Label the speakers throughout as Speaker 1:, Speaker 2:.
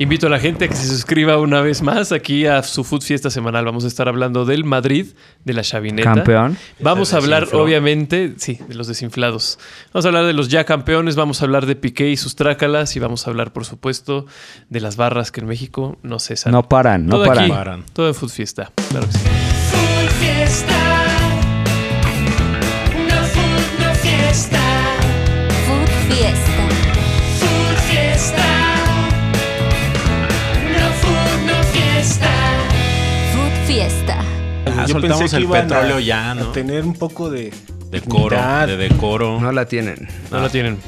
Speaker 1: Invito a la gente a que se suscriba una vez más aquí a su Food Fiesta Semanal. Vamos a estar hablando del Madrid, de la Chavineta.
Speaker 2: Campeón.
Speaker 1: Vamos a
Speaker 3: Del
Speaker 1: hablar,
Speaker 3: desinflado.
Speaker 1: obviamente, sí, de los desinflados. Vamos a hablar de los ya campeones, vamos a hablar de Piqué y sus trácalas y vamos a hablar, por supuesto, de las barras que en México no cesan.
Speaker 2: No paran, no
Speaker 1: todo
Speaker 2: paran.
Speaker 1: aquí,
Speaker 3: Paran.
Speaker 1: todo en Food Fiesta. Claro que sí.
Speaker 4: Full fiesta. No full, no fiesta.
Speaker 5: Food Fiesta.
Speaker 4: Full fiesta. No full, no fiesta.
Speaker 5: Food Fiesta.
Speaker 3: Ah,
Speaker 6: Yo
Speaker 3: soltamos
Speaker 6: pensé que
Speaker 3: el
Speaker 6: iban a-
Speaker 3: petróleo ya, ¿no?
Speaker 6: A tener un poco de.
Speaker 3: Decoro,
Speaker 6: dignidad.
Speaker 3: de decoro.
Speaker 7: No la tienen.
Speaker 1: No lo tienen.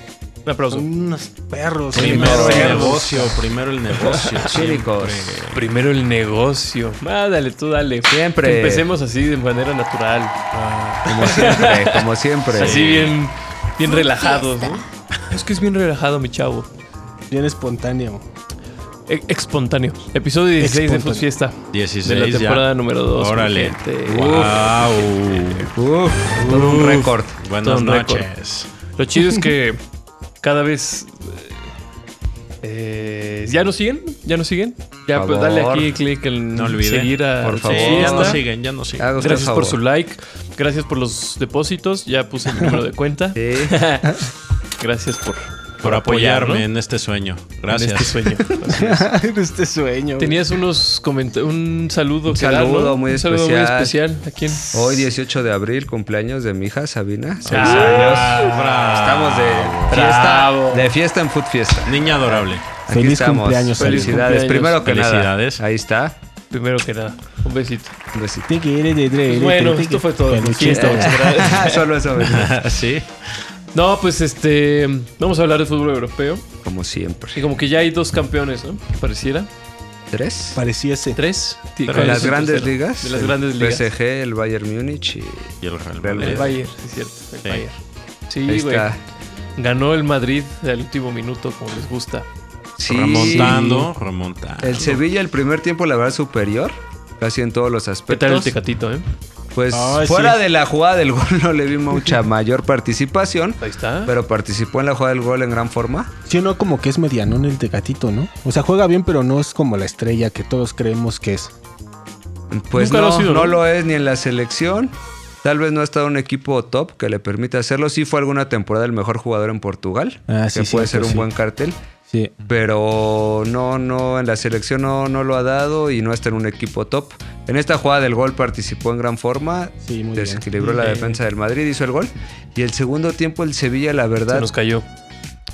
Speaker 1: Un aplauso.
Speaker 6: Son unos perros.
Speaker 3: Primero el
Speaker 6: perros.
Speaker 3: negocio, primero el negocio.
Speaker 7: Chicos.
Speaker 3: siempre.
Speaker 1: Primero el negocio. Ah, dale, tú dale.
Speaker 7: Siempre.
Speaker 1: Que empecemos así de manera natural.
Speaker 7: Como siempre, como siempre.
Speaker 1: Así bien, bien
Speaker 5: Food
Speaker 1: relajados,
Speaker 5: fiesta.
Speaker 1: ¿no? Es que es bien relajado, mi chavo.
Speaker 6: Bien espontáneo.
Speaker 1: E- Espontáneo. Episodio 16 de
Speaker 6: Espontáneo.
Speaker 1: Food Fiesta.
Speaker 3: 16
Speaker 1: De la
Speaker 3: ya.
Speaker 1: temporada número 2.
Speaker 3: Órale. Wow.
Speaker 7: Uf, todo un récord.
Speaker 1: Todo
Speaker 3: Buenas
Speaker 1: un récord.
Speaker 3: noches.
Speaker 1: Lo chido es que cada vez. eh, ¿Ya nos siguen? ¿Ya nos siguen? Ya,
Speaker 7: Por
Speaker 1: pues dale
Speaker 7: favor.
Speaker 1: aquí clic en
Speaker 3: No olviden.
Speaker 1: seguir a
Speaker 7: Por
Speaker 1: Sí,
Speaker 7: favor.
Speaker 3: Sí, ya
Speaker 1: está.
Speaker 3: no siguen, ya no siguen.
Speaker 7: Haga usted
Speaker 1: Gracias por su
Speaker 7: favor.
Speaker 1: like. Gracias por los depósitos. Ya puse mi número de cuenta.
Speaker 7: Sí.
Speaker 1: Gracias por,
Speaker 3: Por apoyarme en este sueño. Gracias.
Speaker 1: Gracias. este sueño. Así es.
Speaker 6: En este sueño.
Speaker 1: Tenías unos comenta- un saludo que dar,
Speaker 7: saludo
Speaker 1: ¿no?
Speaker 7: muy
Speaker 1: un saludo muy
Speaker 7: especial.
Speaker 1: especial. ¿A quién?
Speaker 7: Hoy 18 de abril, cumpleaños de mi hija Sabina. Seis
Speaker 1: Ah,
Speaker 7: años. Estamos de
Speaker 1: Bravo.
Speaker 7: fiesta, de fiesta en Food Fiesta.
Speaker 3: Niña adorable.
Speaker 7: Aquí
Speaker 6: Feliz
Speaker 7: estamos.
Speaker 6: cumpleaños,
Speaker 1: Feliz
Speaker 7: Felicidades.
Speaker 1: cumpleaños.
Speaker 7: Primero que
Speaker 3: Felicidades.
Speaker 7: nada. Ahí está.
Speaker 1: Primero que nada, un besito.
Speaker 7: Un besito.
Speaker 6: Te quiere, te quiere,
Speaker 1: Pues bueno,
Speaker 6: te quiere.
Speaker 1: esto fue todo.
Speaker 6: Feliz
Speaker 1: Aquí estamos.
Speaker 6: cumpleaños.
Speaker 7: Solo eso. ¿verdad?
Speaker 3: sí.
Speaker 1: No, pues este. Vamos a hablar de fútbol europeo.
Speaker 7: Como siempre.
Speaker 1: Y como que ya hay dos campeones, ¿no? Pareciera.
Speaker 7: Tres.
Speaker 6: Pareciese.
Speaker 1: Tres. Sí,
Speaker 7: De
Speaker 1: ¿cuál
Speaker 7: las
Speaker 1: es el
Speaker 7: grandes
Speaker 1: tercero?
Speaker 7: ligas.
Speaker 1: De las
Speaker 7: el
Speaker 1: grandes ligas.
Speaker 7: PSG, el Bayern Múnich y
Speaker 3: Y el Real
Speaker 7: Real
Speaker 1: El
Speaker 3: Madrid.
Speaker 1: Bayern, sí, es cierto. El
Speaker 3: Sí.
Speaker 1: Bayern.
Speaker 7: ahí
Speaker 1: Sí, güey.
Speaker 7: está.
Speaker 1: Ganó el Madrid al último minuto, como les gusta.
Speaker 7: Sí.
Speaker 3: Remontando, remontando.
Speaker 7: El Sevilla, el primer tiempo, la verdad, superior. Casi en todos los
Speaker 1: ¿Qué tal el
Speaker 7: aspectos.
Speaker 1: Tecatito, eh?
Speaker 7: Pues
Speaker 6: Ay,
Speaker 7: fuera
Speaker 6: sí.
Speaker 7: de la jugada del gol no le vi mucha mayor participación.
Speaker 1: Ahí está.
Speaker 7: Pero participó en la jugada del gol en gran forma.
Speaker 6: Sí o no, como que es medianón el Tecatito, ¿no? O sea, juega bien, pero no es como la estrella que todos creemos que es.
Speaker 7: Pues
Speaker 1: Nunca
Speaker 7: no,
Speaker 1: lo ha sido,
Speaker 7: no
Speaker 1: ¿no?
Speaker 7: lo es ni en la selección. Tal vez no ha estado un equipo top que le permita hacerlo. Sí fue alguna temporada el mejor jugador en Portugal.
Speaker 6: Ah,
Speaker 7: que
Speaker 6: sí,
Speaker 7: puede
Speaker 6: cierto,
Speaker 7: ser un
Speaker 6: sí.
Speaker 7: buen cartel.
Speaker 6: Sí.
Speaker 7: Pero no, no, en la selección no, no lo ha dado y no está en un equipo top. En esta jugada del gol participó en gran forma.
Speaker 6: Sí, muy bien.
Speaker 7: desequilibró la defensa del Madrid, hizo el gol. Y el segundo tiempo el Sevilla, la
Speaker 1: Se
Speaker 7: verdad,
Speaker 1: nos cayó.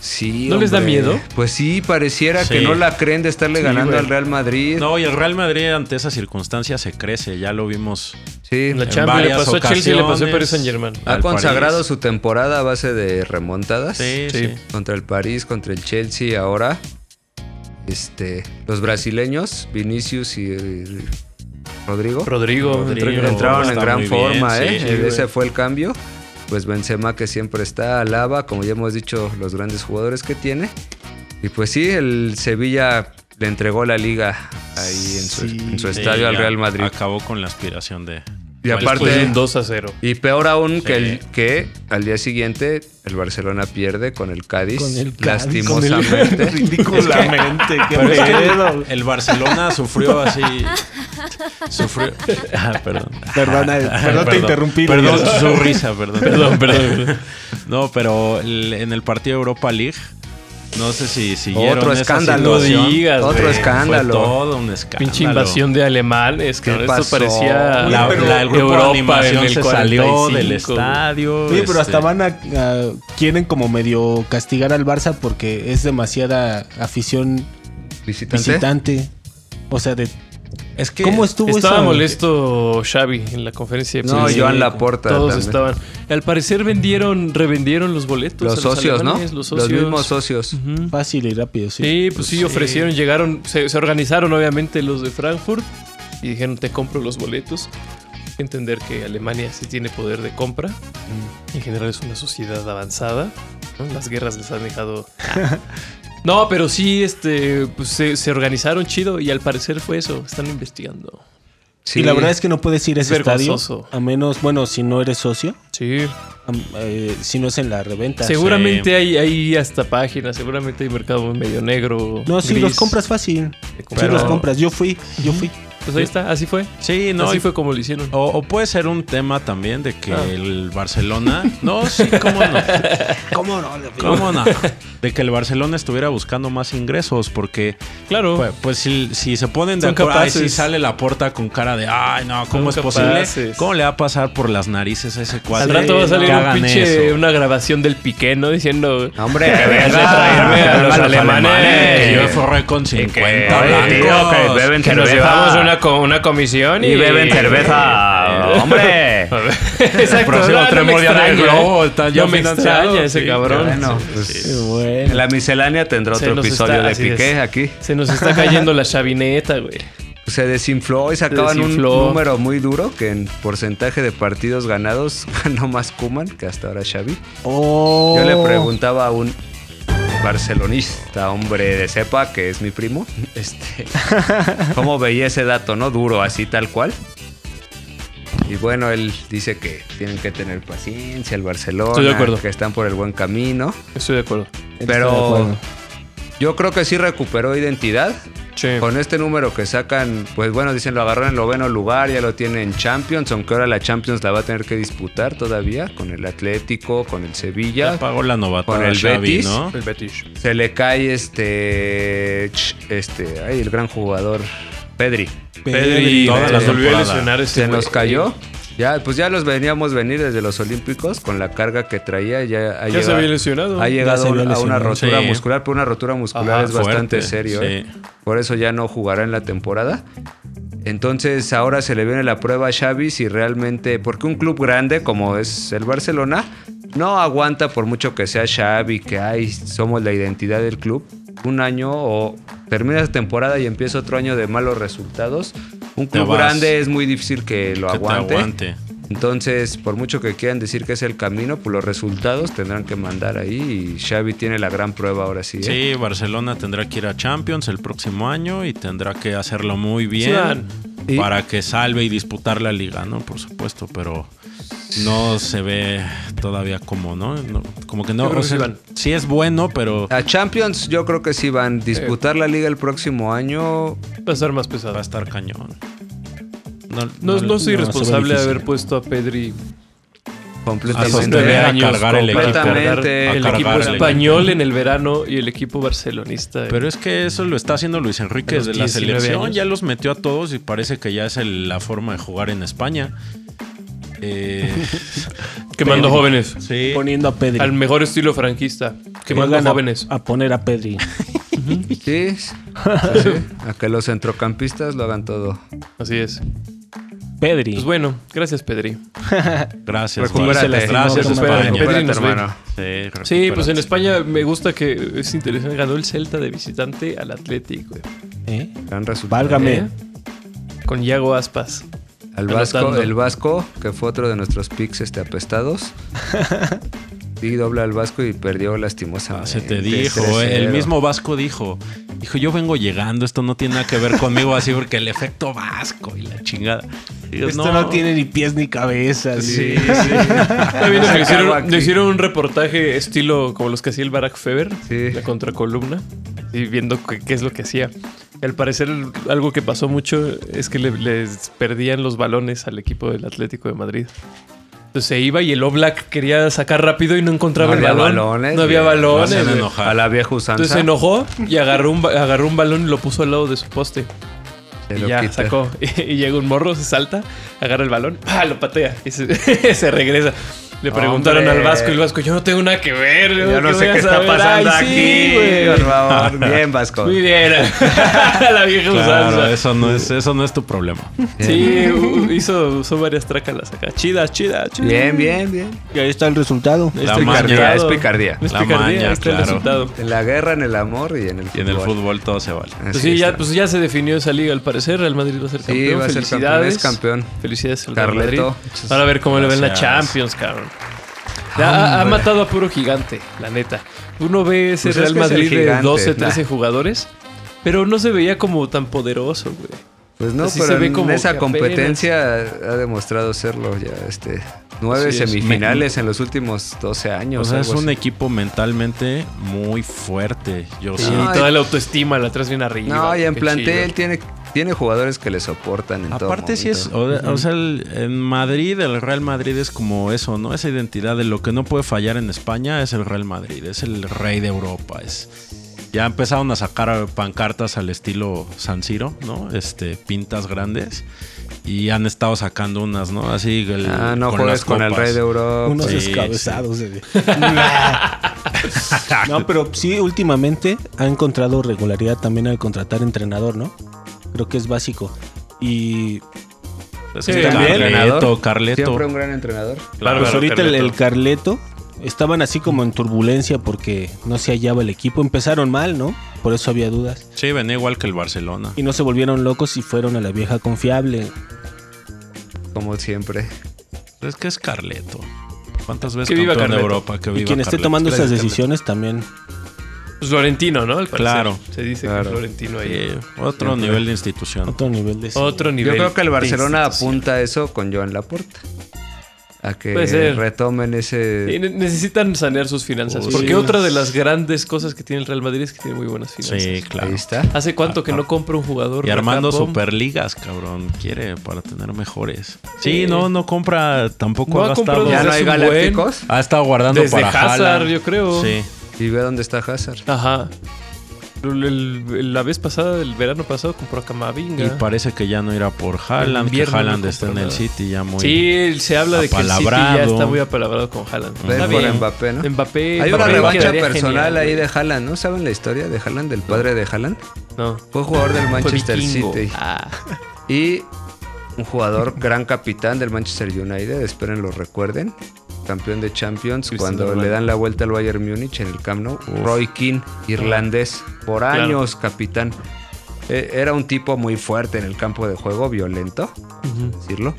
Speaker 7: sí.
Speaker 1: ¿No les da miedo?
Speaker 7: Pues sí, pareciera
Speaker 3: Sí.
Speaker 7: que no la creen de estarle
Speaker 1: Sí,
Speaker 7: ganando
Speaker 1: güey.
Speaker 7: al Real Madrid.
Speaker 3: No, y el Real Madrid ante esas circunstancias se crece, ya lo vimos.
Speaker 7: Sí.
Speaker 1: La
Speaker 3: En
Speaker 1: Champions le
Speaker 3: varias
Speaker 1: pasó a Chelsea y le pasó a
Speaker 3: ocasiones.
Speaker 1: Paris Saint Germain.
Speaker 7: Ha
Speaker 3: al
Speaker 7: consagrado
Speaker 3: París.
Speaker 7: su temporada a base de remontadas.
Speaker 3: Sí, sí.
Speaker 1: Sí.
Speaker 7: Contra el París, contra el Chelsea ahora. Este, los brasileños, Vinicius y, y Rodrigo,
Speaker 1: Rodrigo,
Speaker 3: Rodrigo.
Speaker 1: entró-
Speaker 7: entraron en
Speaker 3: está
Speaker 7: gran
Speaker 3: muy bien,
Speaker 7: forma, ¿eh?
Speaker 3: sí,
Speaker 7: Ese
Speaker 1: güey.
Speaker 7: fue el cambio. Pues Benzema que siempre está, Alaba, como ya hemos dicho, los grandes jugadores que tiene. Y pues sí, el Sevilla le entregó la liga ahí en su,
Speaker 6: Sí.
Speaker 7: en su
Speaker 3: Sí,
Speaker 7: estadio al
Speaker 3: ya
Speaker 7: Real Madrid.
Speaker 3: Acabó con la aspiración de.
Speaker 7: Y
Speaker 3: Bueno,
Speaker 7: aparte-
Speaker 1: Fue de un 2 a 0.
Speaker 7: Y peor aún que, el-
Speaker 3: Sí.
Speaker 7: que al día siguiente el Barcelona pierde con el Cádiz,
Speaker 6: Con el Cádiz, con el-
Speaker 7: lastimosamente.
Speaker 6: Ridículamente. qué
Speaker 3: Pero es que
Speaker 6: pedo.
Speaker 3: el Barcelona sufrió así. Sufrió. Ah, perdón.
Speaker 6: Perdona, eh, perdón, te interrumpí.
Speaker 3: Perdón,
Speaker 6: Miguel.
Speaker 3: su risa, perdón.
Speaker 1: Perdón, perdón.
Speaker 3: No, pero el- en el partido de Europa League, no sé si siguieron
Speaker 7: Otro
Speaker 3: esa
Speaker 7: escándalo.
Speaker 3: situación.
Speaker 1: No digas,
Speaker 7: Otro
Speaker 3: Fue
Speaker 7: escándalo.
Speaker 3: todo un escándalo.
Speaker 1: Pinche invasión de alemanes, que
Speaker 7: ¿Qué
Speaker 1: esto
Speaker 7: pasó?
Speaker 1: parecía
Speaker 3: La,
Speaker 6: Pero
Speaker 3: la- el grupo
Speaker 1: Europa
Speaker 3: de animación
Speaker 1: en el
Speaker 3: se salió
Speaker 1: 45,
Speaker 3: del
Speaker 1: güey.
Speaker 3: estadio.
Speaker 6: Oye, pero
Speaker 3: este,
Speaker 6: hasta van a, a- quieren como medio castigar al Barça porque es demasiada afición
Speaker 7: Visitante.
Speaker 6: visitante. O sea, de
Speaker 3: Es que
Speaker 6: ¿Cómo estuvo
Speaker 1: Estaba
Speaker 6: esa-
Speaker 1: molesto Xavi en la conferencia de
Speaker 7: No,
Speaker 1: prensa.
Speaker 7: Joan Laporta
Speaker 1: Todos
Speaker 7: también.
Speaker 1: estaban. Al parecer vendieron, revendieron los boletos. a
Speaker 7: Los socios, ¿no?
Speaker 1: alemanes, Los
Speaker 7: Los,
Speaker 1: socios.
Speaker 7: mismos socios.
Speaker 1: Ujú.
Speaker 6: Fácil y rápido, sí.
Speaker 1: Sí, pues sí, ofrecieron, llegaron, se, se organizaron obviamente los de Frankfurt y dijeron, te compro los boletos. Hay que Entender que Alemania sí tiene poder de compra.
Speaker 7: Mm.
Speaker 1: En general es una sociedad avanzada. ¿no? Las guerras les han dejado... No, pero sí, este, pues, se, se organizaron chido y al parecer fue eso. Están investigando.
Speaker 7: Sí.
Speaker 6: Y la verdad es que no puedes ir a ese
Speaker 1: Vergonzoso.
Speaker 6: estadio. A menos, bueno, si no eres socio,
Speaker 1: Sí.
Speaker 6: am- eh, si no es en la reventa.
Speaker 1: Seguramente hay, hay hasta páginas, seguramente hay mercado medio negro.
Speaker 6: No, sí,
Speaker 1: gris.
Speaker 6: los compras fácil. Sí,
Speaker 1: Pero-
Speaker 6: los compras. Yo fui, yo fui.
Speaker 1: Pues ahí está, así fue.
Speaker 3: Sí, no,
Speaker 1: No,
Speaker 3: y oh,
Speaker 1: así fue como lo hicieron.
Speaker 3: O, o puede ser un tema también de que
Speaker 1: Ah.
Speaker 3: el Barcelona. No, sí, cómo no.
Speaker 6: ¿Cómo no?
Speaker 3: ¿Cómo no? De que el Barcelona estuviera buscando más ingresos, porque
Speaker 1: Claro.
Speaker 3: pues, pues, si, si se ponen de
Speaker 1: Son
Speaker 3: acuerdo, ay,
Speaker 1: capaces.
Speaker 3: si sale la puerta con cara de ay, no, ¿cómo
Speaker 1: Son
Speaker 3: es posible?
Speaker 1: capaces.
Speaker 3: ¿Cómo le va a pasar por las narices a ese cuadro?
Speaker 1: Al rato va a salir un pinche, una grabación del Piqué, ¿no? Diciendo.
Speaker 7: Hombre,
Speaker 1: que debes de traerme a los alemanes.
Speaker 3: Que yo
Speaker 1: Eh,
Speaker 3: forré con 50
Speaker 7: oye, tío,
Speaker 3: blancos.
Speaker 7: que beben
Speaker 1: Que nos
Speaker 7: cerveza.
Speaker 1: llevamos una, co- una comisión Ah. y,
Speaker 7: Y beben cerveza. ¡Hombre!
Speaker 1: Exacto,
Speaker 3: El próximo
Speaker 1: no, no
Speaker 3: tren
Speaker 1: me
Speaker 3: mundial del
Speaker 1: extraña,
Speaker 3: globo,
Speaker 1: ¿eh?
Speaker 3: está ya
Speaker 1: No me
Speaker 3: financiado,
Speaker 1: extraña ese
Speaker 3: sí,
Speaker 1: cabrón.
Speaker 7: Bueno, pues, en la miscelánea tendrá
Speaker 1: Se
Speaker 7: otro
Speaker 1: nos
Speaker 7: episodio
Speaker 1: está-
Speaker 7: de
Speaker 1: así es.
Speaker 7: Piqué aquí.
Speaker 1: Se nos está cayendo la chavineta, güey.
Speaker 7: Se desinfló y sacaban
Speaker 1: desinfló.
Speaker 7: un número muy duro que en porcentaje de partidos ganados ganó más Kuman que hasta ahora Xavi. Yo
Speaker 6: Oh.
Speaker 7: le preguntaba a un barcelonista, hombre de cepa, que es mi primo, este, cómo veía ese dato, ¿no? Duro, así tal cual. Y bueno, él dice que tienen que tener paciencia, el Barcelona,
Speaker 1: Estoy de acuerdo.
Speaker 7: que están por el buen camino.
Speaker 1: Estoy de acuerdo.
Speaker 7: Pero yo creo que sí recuperó identidad.
Speaker 1: Che.
Speaker 7: Con este número que sacan, pues bueno, dicen lo agarraron en noveno lugar, ya lo tienen en Champions, aunque ahora la Champions la va a tener que disputar todavía con el Atlético, con el Sevilla.
Speaker 3: Ya pagó la novatada
Speaker 7: Con el
Speaker 3: Xavi,
Speaker 7: Betis. pues,
Speaker 3: ¿no?
Speaker 1: El Betis.
Speaker 7: Se le cae este. ch- Este. Ay, el gran jugador. Pedri.
Speaker 3: Pedri, todas
Speaker 1: Se
Speaker 3: las
Speaker 1: volvió a
Speaker 3: temporadas.
Speaker 1: lesionar este
Speaker 7: Se nos
Speaker 1: güey.
Speaker 7: cayó. Ya, pues ya los veníamos venir desde los Olímpicos con la carga que traía. Ya, ha
Speaker 1: Ya se había lesionado.
Speaker 7: Ha
Speaker 6: Ya
Speaker 7: llegado
Speaker 6: se
Speaker 7: a
Speaker 6: había
Speaker 7: una- a una
Speaker 6: lesionado.
Speaker 7: rotura
Speaker 3: Sí.
Speaker 7: muscular, pero una rotura muscular
Speaker 1: Ajá,
Speaker 7: es bastante
Speaker 3: fuerte,
Speaker 7: serio.
Speaker 3: sí.
Speaker 7: ¿eh? Por eso ya no jugará en la temporada. Entonces ahora se le viene la prueba a Xavi si realmente, porque un club grande como es el Barcelona no aguanta por mucho que sea Xavi, que ay, somos la identidad del club, un año o termina la temporada y empieza otro año de malos resultados. Un
Speaker 3: Te
Speaker 7: club
Speaker 3: vas.
Speaker 7: grande es muy difícil que lo
Speaker 3: Que te
Speaker 7: aguante.
Speaker 3: aguante.
Speaker 7: Entonces, por mucho que quieran decir que es el camino, pues los resultados tendrán que mandar ahí y Xavi tiene la gran prueba ahora sí. ¿eh?
Speaker 3: Sí, Barcelona tendrá que ir a Champions el próximo año y tendrá que hacerlo muy
Speaker 1: Zidane.
Speaker 3: bien
Speaker 7: Y-
Speaker 3: para que salve y disputar la liga, ¿no? Por supuesto, pero no se ve todavía como, ¿no? No, como que no.
Speaker 1: Yo creo
Speaker 3: o
Speaker 1: que
Speaker 3: sea,
Speaker 1: sí van.
Speaker 3: sí es bueno, pero
Speaker 7: A Champions yo creo que sí van a disputar la liga el próximo año.
Speaker 1: Va a estar más
Speaker 3: va a
Speaker 1: pesado.
Speaker 3: estar cañón.
Speaker 1: No, no soy
Speaker 6: No, se
Speaker 1: responsable de
Speaker 6: ve difícil.
Speaker 1: haber puesto a Pedri
Speaker 3: A
Speaker 7: Completamente.
Speaker 3: sostener, a
Speaker 1: años
Speaker 3: cargar el equipo.
Speaker 7: completamente.
Speaker 3: A
Speaker 1: el
Speaker 3: cargar
Speaker 1: equipo
Speaker 3: el
Speaker 1: español en el verano y el equipo barcelonista. eh,
Speaker 3: Pero es que eso lo está haciendo Luis Enrique
Speaker 1: A los
Speaker 3: desde la
Speaker 1: 19
Speaker 3: selección.
Speaker 1: años.
Speaker 3: Ya los metió a todos y parece que ya es el- la forma de jugar en España. Eh,
Speaker 1: quemando
Speaker 6: Pedri.
Speaker 1: jóvenes.
Speaker 3: sí.
Speaker 6: Poniendo a Pedri.
Speaker 1: Al mejor estilo franquista. Quemando
Speaker 6: Juegan a-
Speaker 1: jóvenes.
Speaker 6: A, poner a Pedri.
Speaker 7: Sí, sí, sí. A que los centrocampistas lo hagan todo.
Speaker 1: Así es.
Speaker 6: Pedri.
Speaker 1: Pues bueno, gracias, Pedri.
Speaker 3: Gracias.
Speaker 7: Recupérate.
Speaker 3: Barça. Gracias,
Speaker 6: Se
Speaker 3: España.
Speaker 6: lastimó,
Speaker 1: recupérate. Pedri
Speaker 7: Recupérate,
Speaker 1: nos ve.
Speaker 7: hermano.
Speaker 3: Sí,
Speaker 1: Sí, pues en
Speaker 3: recupérate.
Speaker 1: España me gusta que es interesante. Ganó el Celta de visitante al Atlético, güey.
Speaker 6: ¿Eh?
Speaker 7: Gran resultado.
Speaker 6: Válgame.
Speaker 1: ¿Eh? Con Yago Aspas.
Speaker 7: Al Vasco,
Speaker 1: Anotando.
Speaker 7: el Vasco, que fue otro de nuestros picks este, apestados. Y dobla al Vasco y perdió
Speaker 3: Ah,
Speaker 7: lastimosamente.
Speaker 3: se te dijo, eh.
Speaker 7: 3-0.
Speaker 3: el mismo Vasco dijo, dijo, yo vengo llegando, esto no tiene nada que ver conmigo así porque el efecto Vasco y la chingada. Digo,
Speaker 6: Esto no. tiene ni pies ni cabeza.
Speaker 7: Sí,
Speaker 6: sí.
Speaker 7: sí.
Speaker 1: Ah, bien, le,
Speaker 7: Acaba
Speaker 1: hicieron,
Speaker 7: aquí.
Speaker 1: le hicieron un reportaje estilo como los que hacía el Barack Feber,
Speaker 7: Sí.
Speaker 1: la contracolumna, y viendo qué, qué es lo que hacía. Al parecer, algo que pasó mucho es que le- les perdían los balones al equipo del Atlético de Madrid. Entonces se iba y el Oblak quería sacar rápido y no encontraba
Speaker 7: No
Speaker 1: el
Speaker 7: había
Speaker 1: balón.
Speaker 7: balones,
Speaker 1: no había
Speaker 7: güey.
Speaker 1: balones.
Speaker 3: No hacen
Speaker 1: güey.
Speaker 3: enojar.
Speaker 7: A la vieja usanza.
Speaker 1: Entonces se enojó y agarró un, ba- agarró un balón y lo puso al lado de su poste.
Speaker 7: se
Speaker 1: Y
Speaker 7: lo
Speaker 1: ya
Speaker 7: quita.
Speaker 1: sacó. Y, llega un morro, se salta, agarra el balón, ¡pa! lo patea y se, se regresa. Le preguntaron
Speaker 7: Hombre.
Speaker 1: al Vasco, y el Vasco, yo no tengo nada que ver.
Speaker 7: Yo no
Speaker 1: voy
Speaker 7: sé
Speaker 1: a
Speaker 7: qué está
Speaker 1: saber?
Speaker 7: pasando
Speaker 1: Ay, sí, güey.
Speaker 7: aquí. por favor. Bien, Vasco.
Speaker 1: Muy bien. la vieja
Speaker 3: Claro,
Speaker 1: usanza.
Speaker 3: eso no es, eso no es tu problema.
Speaker 1: Sí, u- hizo, usó varias trácalas acá. Chidas, chidas, chidas.
Speaker 7: Bien, bien, bien.
Speaker 6: Y ahí está el resultado.
Speaker 1: Es
Speaker 3: La
Speaker 1: picardía,
Speaker 3: maña.
Speaker 7: Es picardía.
Speaker 1: Es
Speaker 3: La
Speaker 1: picardía,
Speaker 3: maña,
Speaker 1: ahí está el
Speaker 3: claro.
Speaker 1: resultado.
Speaker 7: En la guerra, en el amor y en el fútbol.
Speaker 3: Y en el fútbol todo se vale.
Speaker 7: Así
Speaker 1: Pues sí,
Speaker 7: está.
Speaker 1: ya, pues ya se definió esa liga, al parecer. Real Madrid va a ser
Speaker 7: Sí,
Speaker 1: campeón.
Speaker 7: va a ser
Speaker 1: Felicidades.
Speaker 7: campeón, es campeón.
Speaker 1: Felicidades al Real Madrid.
Speaker 7: Carleto.
Speaker 1: Ahora a ver cómo le ven la
Speaker 3: Gracias.
Speaker 1: Champions, cabrón.
Speaker 7: Ah,
Speaker 1: Ya ha- ha, matado a puro gigante, la neta. Uno ve ese
Speaker 7: Pues es
Speaker 1: Real
Speaker 7: que es el
Speaker 1: Madrid de
Speaker 7: gigante,
Speaker 1: 12,
Speaker 7: nah.
Speaker 1: 13 jugadores, pero no se veía como tan poderoso, güey.
Speaker 7: Pues no,
Speaker 1: Así
Speaker 7: pero
Speaker 1: se ve
Speaker 7: en
Speaker 1: como
Speaker 7: esa
Speaker 1: que
Speaker 7: competencia ha demostrado serlo ya. Este, nueve
Speaker 1: Así es.
Speaker 7: semifinales en los últimos 12
Speaker 3: O
Speaker 7: años.
Speaker 3: sea, es
Speaker 7: Pues algo
Speaker 3: un
Speaker 7: así.
Speaker 3: equipo mentalmente muy fuerte. Yo
Speaker 1: Sí,
Speaker 3: sí.
Speaker 7: Ay.
Speaker 1: toda la autoestima la traes bien arriba.
Speaker 7: No, ya en
Speaker 1: Qué
Speaker 7: plantel
Speaker 1: chido.
Speaker 7: tiene, tiene jugadores que le soportan en todo
Speaker 3: Aparte sí es,
Speaker 7: momento.
Speaker 3: o, o sea, el- en Madrid, el Real Madrid es como eso, ¿no? Esa identidad de lo que no puede fallar en España es el Real Madrid, es el rey de Europa, es... Ya empezaron a sacar pancartas al estilo San Siro, ¿no? Este, pintas grandes. Y han estado sacando unas, ¿no? Así. el-
Speaker 7: Ah, no
Speaker 3: las
Speaker 7: juegues con el
Speaker 3: copas.
Speaker 7: rey de Europa.
Speaker 6: Unos
Speaker 3: sí,
Speaker 6: escabezados. eh. no, pero sí, últimamente ha encontrado regularidad también al contratar entrenador, ¿no? Creo que es básico. Y
Speaker 3: Pues
Speaker 1: Sí,
Speaker 3: este,
Speaker 1: también.
Speaker 3: Carleto, Carleto.
Speaker 7: Siempre un gran entrenador.
Speaker 1: Claro, claro,
Speaker 6: pues ahorita el-
Speaker 1: Carleto.
Speaker 6: el Carleto estaban así como en turbulencia porque no se hallaba el equipo. Empezaron mal, ¿no? Por eso había dudas.
Speaker 3: Sí, venía igual que el Barcelona.
Speaker 6: Y no se volvieron locos y fueron a la vieja confiable.
Speaker 7: Como siempre.
Speaker 3: Es que es Carleto. ¿Cuántas veces
Speaker 1: Que viva
Speaker 3: campeón de
Speaker 1: Carleto.
Speaker 3: Europa? Que
Speaker 6: Y
Speaker 3: viva
Speaker 6: quien esté
Speaker 3: Carleto.
Speaker 6: tomando esas
Speaker 1: Gracias,
Speaker 6: decisiones también.
Speaker 1: Pues Florentino, ¿no? Al parecer.
Speaker 3: Claro.
Speaker 1: Se dice que
Speaker 7: Claro.
Speaker 1: es Florentino ahí.
Speaker 3: Sí, otro nivel de institución.
Speaker 6: Otro nivel de...
Speaker 1: Otro nivel.
Speaker 7: Yo creo que el
Speaker 1: de
Speaker 7: Barcelona
Speaker 1: institución.
Speaker 7: apunta a eso con Joan Laporta. A que
Speaker 1: Puede ser.
Speaker 7: retomen
Speaker 1: Sí,
Speaker 7: ese.
Speaker 1: ne- Necesitan sanear sus finanzas.
Speaker 3: Oh,
Speaker 1: porque
Speaker 3: sí.
Speaker 1: otra de las grandes cosas que tiene el Real Madrid es que tiene muy buenas finanzas.
Speaker 3: Sí,
Speaker 7: Ahí
Speaker 3: claro.
Speaker 7: está.
Speaker 1: ¿Hace cuánto que no compra un jugador?
Speaker 3: Y armando
Speaker 1: Rafa, pom?
Speaker 3: superligas, cabrón. Quiere para tener mejores. Sí,
Speaker 1: Sí.
Speaker 3: no, no compra. Tampoco
Speaker 1: No
Speaker 3: ha
Speaker 1: ha
Speaker 3: gastado.
Speaker 1: comprado
Speaker 7: Ya no
Speaker 1: desde
Speaker 7: hay
Speaker 1: hace un buen-
Speaker 7: galácticos.
Speaker 3: Ha estado guardando
Speaker 1: Desde
Speaker 3: para
Speaker 1: Hazard,
Speaker 3: Haaland.
Speaker 1: yo creo.
Speaker 3: Sí.
Speaker 7: Y ve dónde está Hazard.
Speaker 1: Ajá. El- el- la vez pasada, el verano pasado, compró a Camavinga.
Speaker 3: Y parece que ya no irá por Haaland. Que
Speaker 1: invierno no
Speaker 3: Haaland
Speaker 1: compra
Speaker 3: está en el
Speaker 1: nada.
Speaker 3: City ya muy.
Speaker 1: Sí, se habla de que el City ya
Speaker 3: Apalabrado.
Speaker 1: está muy apalabrado con Haaland.
Speaker 7: Ven
Speaker 1: Está
Speaker 7: por
Speaker 1: bien.
Speaker 7: Mbappé, ¿no?
Speaker 1: Mbappé.
Speaker 7: Hay una
Speaker 1: Mbappé
Speaker 7: revancha
Speaker 1: quedaría
Speaker 7: personal
Speaker 1: genial,
Speaker 7: ahí
Speaker 1: güey.
Speaker 7: de Haaland, ¿no? ¿Saben la historia de Haaland, del padre de Haaland?
Speaker 1: No.
Speaker 7: Fue jugador del
Speaker 1: Fue
Speaker 7: Manchester
Speaker 1: vikingo.
Speaker 7: City.
Speaker 1: Ah.
Speaker 7: Y un jugador gran capitán del Manchester United, esperen lo recuerden. Campeón de Champions
Speaker 1: Cristiano
Speaker 7: cuando le
Speaker 1: Ronaldo.
Speaker 7: dan la vuelta al Bayern Múnich en el Camp Nou. Roy Keane, irlandés, por
Speaker 1: Claro.
Speaker 7: años capitán. Eh, Era un tipo muy fuerte en el campo de juego, violento, decirlo.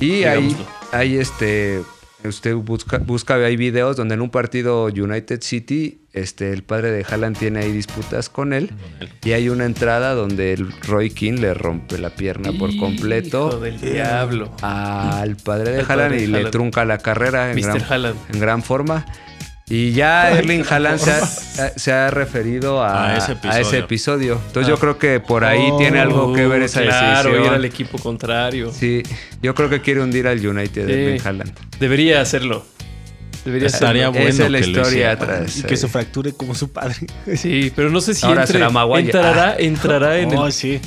Speaker 7: Y ahí,
Speaker 1: Digámoslo.
Speaker 7: ahí este, usted busca, busca, hay videos donde en un partido United City, este, el padre de Haaland tiene ahí disputas con él. Y hay una entrada donde el Roy King le rompe la pierna por
Speaker 1: Hijo
Speaker 7: completo
Speaker 1: del diablo.
Speaker 7: al padre de
Speaker 1: Al padre
Speaker 7: Haaland
Speaker 1: de
Speaker 7: y le
Speaker 1: Haaland.
Speaker 7: trunca la carrera en
Speaker 1: Mr.
Speaker 7: gran,
Speaker 1: Haaland.
Speaker 7: en gran forma. Y ya Erling Haaland se ha, se ha referido a,
Speaker 3: A ese
Speaker 7: a ese episodio. Entonces yo creo que por ahí
Speaker 6: Oh,
Speaker 7: tiene algo que ver esa
Speaker 1: Ah. Oh, claro, ir al
Speaker 7: decisión.
Speaker 1: equipo contrario.
Speaker 7: Sí, yo creo que quiere hundir al United
Speaker 1: Sí.
Speaker 7: de Erling Haaland.
Speaker 1: Debería hacerlo. Debería
Speaker 3: Estaría
Speaker 1: hacerlo.
Speaker 3: bueno
Speaker 7: Esa es la
Speaker 3: que lo
Speaker 7: historia
Speaker 3: hiciera.
Speaker 7: atrás.
Speaker 6: Y que se
Speaker 7: eh.
Speaker 6: fracture como su padre.
Speaker 1: Sí, pero no sé si
Speaker 7: Ahora
Speaker 1: entre-
Speaker 7: será Maguire.
Speaker 1: entrará, entrará en
Speaker 6: Oh,
Speaker 1: el
Speaker 6: sí.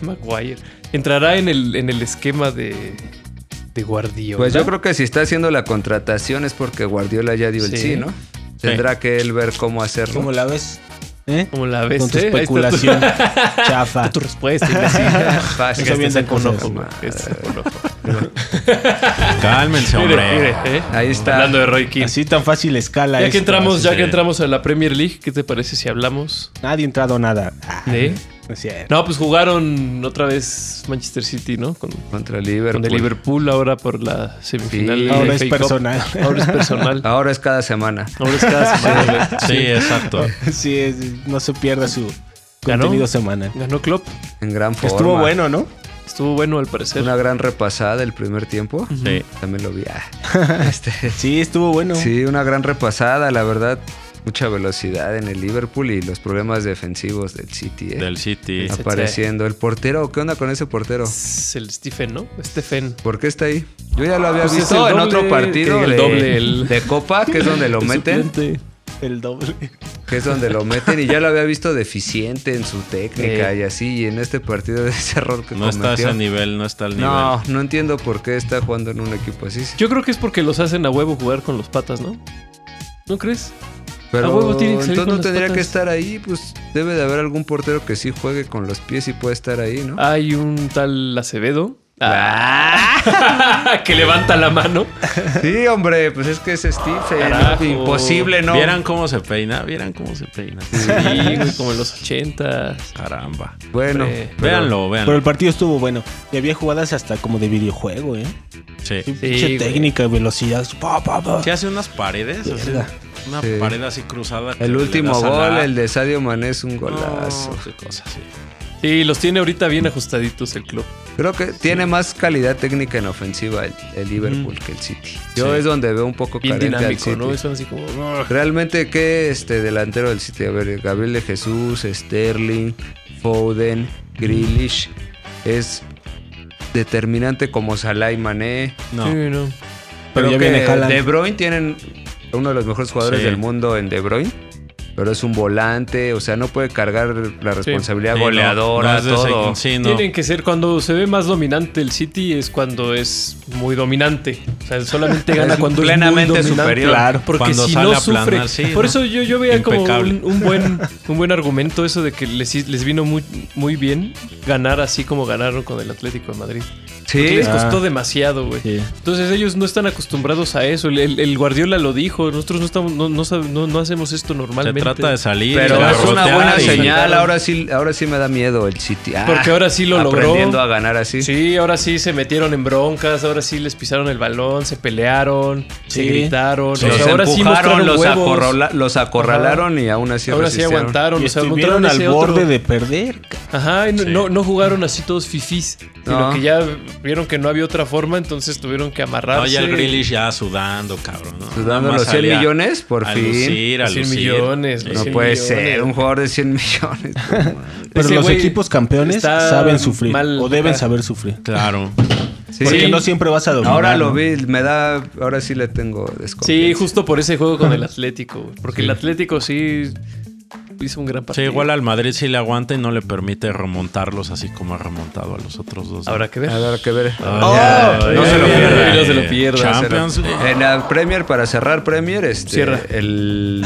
Speaker 1: Maguire. Entrará en el, en el esquema de, de Guardiola.
Speaker 7: Pues yo creo que si está haciendo la contratación es porque Guardiola ya dio el
Speaker 1: Sí.
Speaker 7: sí, ¿no? Tendrá que él ver cómo hacerlo.
Speaker 6: ¿Cómo la ves? ¿Eh?
Speaker 1: Como la ves,
Speaker 6: Con tu
Speaker 1: ¿eh? Ahí está tu-
Speaker 6: especulación. Chafa.
Speaker 1: tu respuesta, imbécil.
Speaker 7: Fácil.
Speaker 6: Está bien
Speaker 1: Este
Speaker 6: de
Speaker 1: saca un
Speaker 6: cosas,
Speaker 1: ojo, güey.
Speaker 7: madre.
Speaker 1: Este saca un ojo.
Speaker 3: Cálmense, hombre.
Speaker 1: Mire, mire, ¿eh?
Speaker 7: Ahí está.
Speaker 1: Hablando de Roy Keane.
Speaker 6: Así tan fácil escala.
Speaker 1: Ya
Speaker 6: esto.
Speaker 1: que entramos, ya
Speaker 3: sí.
Speaker 1: que entramos a la Premier League, ¿qué te parece si hablamos?
Speaker 6: Nadie ha entrado nada. Ah,
Speaker 1: ¿De?
Speaker 6: No es cierto.
Speaker 1: No, pues jugaron otra vez Manchester City, ¿no? Con,
Speaker 7: Contra
Speaker 1: con
Speaker 7: Liverpool.
Speaker 1: el Liverpool ahora por la semifinal.
Speaker 7: Sí.
Speaker 1: de
Speaker 6: Ahora
Speaker 1: FA
Speaker 6: es
Speaker 1: Cup.
Speaker 6: personal.
Speaker 1: Ahora es personal.
Speaker 7: Ahora es cada semana.
Speaker 1: Ahora es cada semana, güey.
Speaker 3: Sí, exacto.
Speaker 6: Sí, es- no se pierda su
Speaker 1: ¿Ganó?
Speaker 6: contenido semanal.
Speaker 1: Ganó Klopp.
Speaker 7: En gran forma.
Speaker 6: Estuvo bueno, ¿no?
Speaker 1: Estuvo bueno al parecer.
Speaker 7: Una gran repasada el primer tiempo.
Speaker 3: Sí.
Speaker 7: También lo vi. Ah, este,
Speaker 6: Sí, estuvo bueno.
Speaker 7: sí, una gran repasada, la verdad. Mucha velocidad en el Liverpool y los problemas defensivos del City. ¿eh?
Speaker 3: Del City.
Speaker 1: Del City.
Speaker 7: Apareciendo. El portero, ¿qué onda con ese portero?
Speaker 1: Es el Stephen, ¿no? Stephen.
Speaker 7: ¿Por qué está ahí? Yo ya lo había
Speaker 1: Pues es
Speaker 7: visto
Speaker 1: el
Speaker 7: en
Speaker 1: doble-
Speaker 7: otro partido
Speaker 1: el
Speaker 7: de,
Speaker 1: doble, el-
Speaker 7: de Copa, que es donde lo
Speaker 1: el
Speaker 7: meten.
Speaker 1: suplente.
Speaker 6: El doble.
Speaker 7: que es donde lo meten y ya lo había visto deficiente en su técnica
Speaker 1: Sí.
Speaker 7: y así y en este partido de ese error que
Speaker 3: No está a
Speaker 7: cometió.
Speaker 3: ese nivel, no está al nivel.
Speaker 7: no, no entiendo por qué está jugando en un equipo así.
Speaker 1: Yo creo que es porque los hacen a huevo jugar con los patas, ¿no? ¿No crees?
Speaker 7: Pero
Speaker 1: a huevo tiene que salir
Speaker 7: entonces
Speaker 1: con
Speaker 7: no
Speaker 1: las
Speaker 7: tendría
Speaker 1: patas.
Speaker 7: que estar ahí, pues debe de haber algún portero que sí juegue con los pies y puede estar ahí, ¿no?
Speaker 1: Hay un tal Acevedo. Ah. que levanta la mano.
Speaker 7: Sí, hombre, pues es que es Steve,
Speaker 1: Carajo.
Speaker 7: imposible, ¿no?
Speaker 3: ¿Vieran cómo se peina? ¿Vieran cómo se peina?
Speaker 1: Sí, güey, como en los ochentas.
Speaker 3: Caramba.
Speaker 7: Bueno,
Speaker 1: Eh,
Speaker 7: pero-
Speaker 3: Véanlo,
Speaker 6: Pero
Speaker 3: véanlo.
Speaker 6: el partido estuvo bueno. Y había jugadas hasta como de videojuego, ¿eh?
Speaker 3: Sí.
Speaker 6: Pinche
Speaker 1: güey.
Speaker 6: técnica, velocidad. Pa, pa, pa.
Speaker 3: ¿Qué hace unas paredes? así,
Speaker 6: Verga.
Speaker 3: una
Speaker 7: Sí.
Speaker 3: pared así cruzada. que
Speaker 7: el
Speaker 3: le
Speaker 7: último
Speaker 3: das a
Speaker 7: gol,
Speaker 3: la-
Speaker 7: el de Sadio Mané es un
Speaker 3: No,
Speaker 7: golazo.
Speaker 3: qué cosa, sí.
Speaker 1: Sí, los tiene ahorita bien ajustaditos el club.
Speaker 7: Creo que tiene más calidad técnica en ofensiva el, el Liverpool que el City. Yo
Speaker 1: Sí.
Speaker 7: es donde veo un poco
Speaker 1: Bien
Speaker 7: carente al
Speaker 1: dinámico,
Speaker 7: City.
Speaker 1: ¿no? Son así como. "Ugh".
Speaker 7: Realmente, ¿qué este delantero del City? A ver, Gabriel de Jesús, Sterling, Foden, Grealish. Es determinante como Salah y Mané.
Speaker 3: No.
Speaker 1: Sí, no.
Speaker 6: Pero
Speaker 7: Creo
Speaker 6: ya
Speaker 7: que
Speaker 6: viene Haaland.
Speaker 7: De Bruyne tienen uno de los mejores jugadores
Speaker 3: Sí.
Speaker 7: del mundo en De Bruyne. Pero es un volante, o sea, no puede cargar la responsabilidad
Speaker 3: Sí, no, no
Speaker 7: goleadora,
Speaker 3: es de ese-
Speaker 7: todo.
Speaker 3: sí, no.
Speaker 1: Tienen que ser cuando se ve más dominante el City es cuando es muy dominante. O sea, solamente gana
Speaker 7: Es
Speaker 1: cuando
Speaker 7: plenamente
Speaker 1: es muy dominante.
Speaker 7: superior.
Speaker 3: Claro,
Speaker 1: porque
Speaker 3: cuando
Speaker 1: si
Speaker 3: sale
Speaker 1: no
Speaker 3: a
Speaker 1: sufre.
Speaker 3: planar, sí,
Speaker 1: Por
Speaker 3: ¿no?
Speaker 1: eso yo, yo veía como
Speaker 3: Impecable.
Speaker 1: un, un buen un buen argumento eso de que les, les vino muy, muy bien ganar así como ganaron con el Atlético de Madrid. Porque
Speaker 7: Sí,
Speaker 1: les
Speaker 6: Ah.
Speaker 1: costó demasiado, güey.
Speaker 6: Sí.
Speaker 1: Entonces ellos no están acostumbrados a eso. El, el- el Guardiola lo dijo. Nosotros no estamos, no, no sab- no- no hacemos esto
Speaker 3: Se
Speaker 1: normalmente.
Speaker 3: trata de salir.
Speaker 7: pero
Speaker 3: y de
Speaker 7: es una
Speaker 3: rotear
Speaker 7: buena
Speaker 3: y-
Speaker 7: señal. Ahora sí, ahora sí me da miedo el City. Ah,
Speaker 1: Porque ahora sí lo logró.
Speaker 7: Aprendiendo a ganar así.
Speaker 1: Sí, ahora sí se metieron en broncas, ahora sí les pisaron el balón, se pelearon, se
Speaker 6: Sí.
Speaker 1: gritaron.
Speaker 7: Los
Speaker 1: o sea, ahora sí
Speaker 7: empujaron,
Speaker 1: mostraron
Speaker 7: los,
Speaker 1: huevos.
Speaker 7: acorrala- los acorralaron y aún así
Speaker 1: Ahora sí
Speaker 7: resistieron.
Speaker 1: aguantaron.
Speaker 6: Y
Speaker 1: o sea,
Speaker 6: estuvieron
Speaker 1: mostraron
Speaker 6: al
Speaker 1: ese
Speaker 6: borde
Speaker 1: otro-
Speaker 6: de perder. ca-
Speaker 1: Ajá, y no,
Speaker 3: Sí.
Speaker 1: no, no jugaron así todos fifís, sino
Speaker 7: No.
Speaker 1: que ya vieron que no había otra forma, entonces tuvieron que amarrarse.
Speaker 3: No, ya el Grealish ya sudando, cabrón. ¿no? Nada
Speaker 7: Sudando
Speaker 3: más
Speaker 7: los 100
Speaker 3: salía
Speaker 7: Pues millones, por
Speaker 3: a
Speaker 7: fin.
Speaker 3: lucir, a
Speaker 1: 100
Speaker 3: lucir.
Speaker 1: millones,
Speaker 3: Sí.
Speaker 7: No
Speaker 1: Sí,
Speaker 7: puede
Speaker 1: millones.
Speaker 7: ser, un jugador de 100 millones. pues,
Speaker 6: Pero
Speaker 1: Ese
Speaker 6: los
Speaker 1: güey
Speaker 6: equipos campeones
Speaker 1: está
Speaker 6: saben sufrir
Speaker 1: mal-
Speaker 6: o deben
Speaker 1: ah.
Speaker 6: saber sufrir.
Speaker 3: Claro.
Speaker 7: Sí.
Speaker 6: Porque
Speaker 1: Sí.
Speaker 6: no siempre vas a dominar.
Speaker 7: Ahora lo
Speaker 6: ¿no?
Speaker 7: vi, me da, ahora sí le tengo
Speaker 1: Sí,
Speaker 7: desconfianza.
Speaker 1: justo por ese juego con el Atlético, güey, porque
Speaker 7: Sí.
Speaker 1: el Atlético sí hizo un gran
Speaker 3: Sí,
Speaker 1: partido.
Speaker 3: igual al Madrid sí le aguanta y no le permite remontarlos así como ha remontado a los otros dos.
Speaker 1: Habrá que ver.
Speaker 7: Habrá que ver.
Speaker 3: Ah,
Speaker 7: Oh,
Speaker 3: ya,
Speaker 7: no
Speaker 3: ya,
Speaker 7: se lo
Speaker 3: ya,
Speaker 7: pierda.
Speaker 3: ya,
Speaker 1: No se
Speaker 3: eh,
Speaker 1: lo pierda.
Speaker 3: Champions.
Speaker 7: En la Premier, para cerrar Premier, este,
Speaker 1: Cierra.
Speaker 7: el-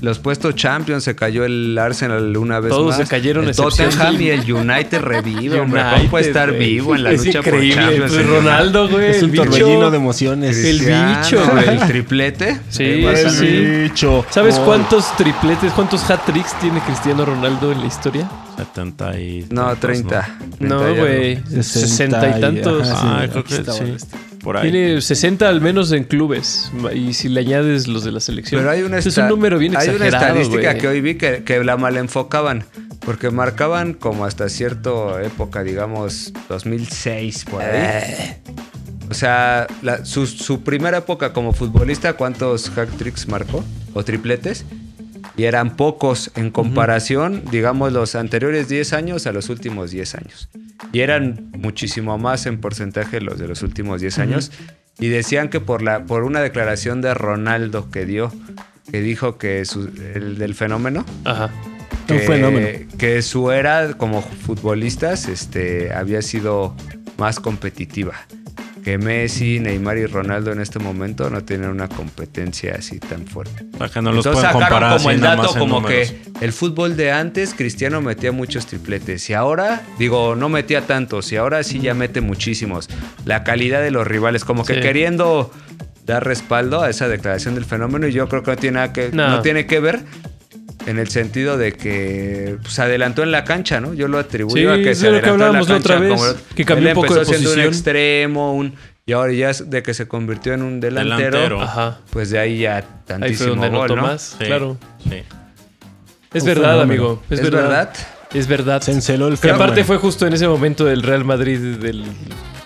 Speaker 7: los puestos Champions se cayó el Arsenal una vez
Speaker 1: Todos
Speaker 7: más.
Speaker 1: se cayeron,
Speaker 7: el
Speaker 1: excepción
Speaker 7: Tottenham
Speaker 1: del-
Speaker 7: y el United revive, hombre. ¿Cómo puede
Speaker 1: United,
Speaker 7: estar
Speaker 1: güey.
Speaker 7: vivo en la
Speaker 1: es
Speaker 7: lucha
Speaker 1: increíble.
Speaker 7: por Champions?
Speaker 1: Pues
Speaker 7: señor?
Speaker 1: Ronaldo, güey.
Speaker 6: Es
Speaker 1: el
Speaker 6: un
Speaker 1: bicho.
Speaker 6: torbellino de emociones.
Speaker 1: El
Speaker 7: Cristiano,
Speaker 1: bicho.
Speaker 7: güey, El triplete.
Speaker 1: Sí,
Speaker 7: Eh, más
Speaker 1: sí,
Speaker 7: o
Speaker 1: sí.
Speaker 7: menos.
Speaker 6: bicho.
Speaker 1: ¿Sabes
Speaker 6: Gol.
Speaker 1: cuántos tripletes, cuántos hat-tricks tiene Cristiano Ronaldo en la historia?
Speaker 3: 70 y...
Speaker 7: No, 30. 30
Speaker 1: Pues No,
Speaker 7: y algo.
Speaker 1: güey. 60 y tantos.
Speaker 6: ajá,
Speaker 3: Ah,
Speaker 6: Sí,
Speaker 3: creo
Speaker 6: aquí
Speaker 3: que
Speaker 6: estaba
Speaker 3: sí.
Speaker 6: este.
Speaker 3: Por ahí.
Speaker 1: Tiene 60 al menos en clubes. Y si le añades los de la selección.
Speaker 7: Pero hay una,
Speaker 1: es
Speaker 7: esta-
Speaker 1: un número bien
Speaker 7: hay una
Speaker 1: exagerado.
Speaker 7: estadística
Speaker 1: güey.
Speaker 7: que hoy vi que, que la malenfocaban. Porque marcaban como hasta cierta época, digamos 2006 por
Speaker 1: Eh.
Speaker 7: ahí. O sea, la- su, su primera época como futbolista, ¿cuántos hat-tricks marcó? ¿O tripletes? Y eran pocos en comparación, digamos, los anteriores 10 años a los últimos 10 años. Y eran muchísimo más en porcentaje los de los últimos 10 años. Y decían que por, la, por una declaración de Ronaldo que dio, que dijo que su- el del fenómeno,
Speaker 1: Ajá.
Speaker 6: Un fenómeno.
Speaker 7: que su era como futbolistas este, había sido más competitiva. Que Messi, Neymar y Ronaldo en este momento no tienen una competencia así tan fuerte.
Speaker 3: Para que no los
Speaker 7: Entonces
Speaker 3: puedan comparar
Speaker 7: sacaron como
Speaker 3: así
Speaker 7: el
Speaker 3: nada
Speaker 7: dato
Speaker 3: más en
Speaker 7: como
Speaker 3: números.
Speaker 7: que el fútbol de antes Cristiano metía muchos tripletes y ahora digo no metía tantos y ahora sí ya mete muchísimos. La calidad de los rivales como que
Speaker 1: Sí.
Speaker 7: queriendo dar respaldo a esa declaración del fenómeno y yo creo que no tiene nada que no,
Speaker 1: No.
Speaker 7: tiene que ver en el sentido de que se adelantó en la cancha, ¿no? Yo lo atribuyo
Speaker 1: Sí,
Speaker 7: a que
Speaker 1: es
Speaker 7: se
Speaker 1: de lo que
Speaker 7: adelantó en la
Speaker 1: hablábamos la
Speaker 7: cancha
Speaker 1: otra vez,
Speaker 7: como el-
Speaker 1: que cambió
Speaker 7: él
Speaker 1: un poco
Speaker 7: empezó
Speaker 1: de
Speaker 7: siendo un
Speaker 1: posición.
Speaker 7: extremo, un y ahora ya es de que se convirtió en un delantero
Speaker 3: Delantero.
Speaker 1: Ajá.
Speaker 7: pues de ahí ya tantísimo
Speaker 1: Ahí fue donde
Speaker 7: gol,
Speaker 1: anotó
Speaker 7: ¿no?
Speaker 1: más.
Speaker 3: Sí,
Speaker 1: Claro.
Speaker 3: sí.
Speaker 1: Es
Speaker 6: Un
Speaker 1: verdad,
Speaker 6: fenómeno.
Speaker 1: amigo. Es,
Speaker 7: ¿Es
Speaker 1: verdad.
Speaker 7: verdad?
Speaker 1: Es verdad.
Speaker 6: Se enceló el
Speaker 1: Que aparte
Speaker 6: fenómeno.
Speaker 1: fue justo en ese momento del Real Madrid del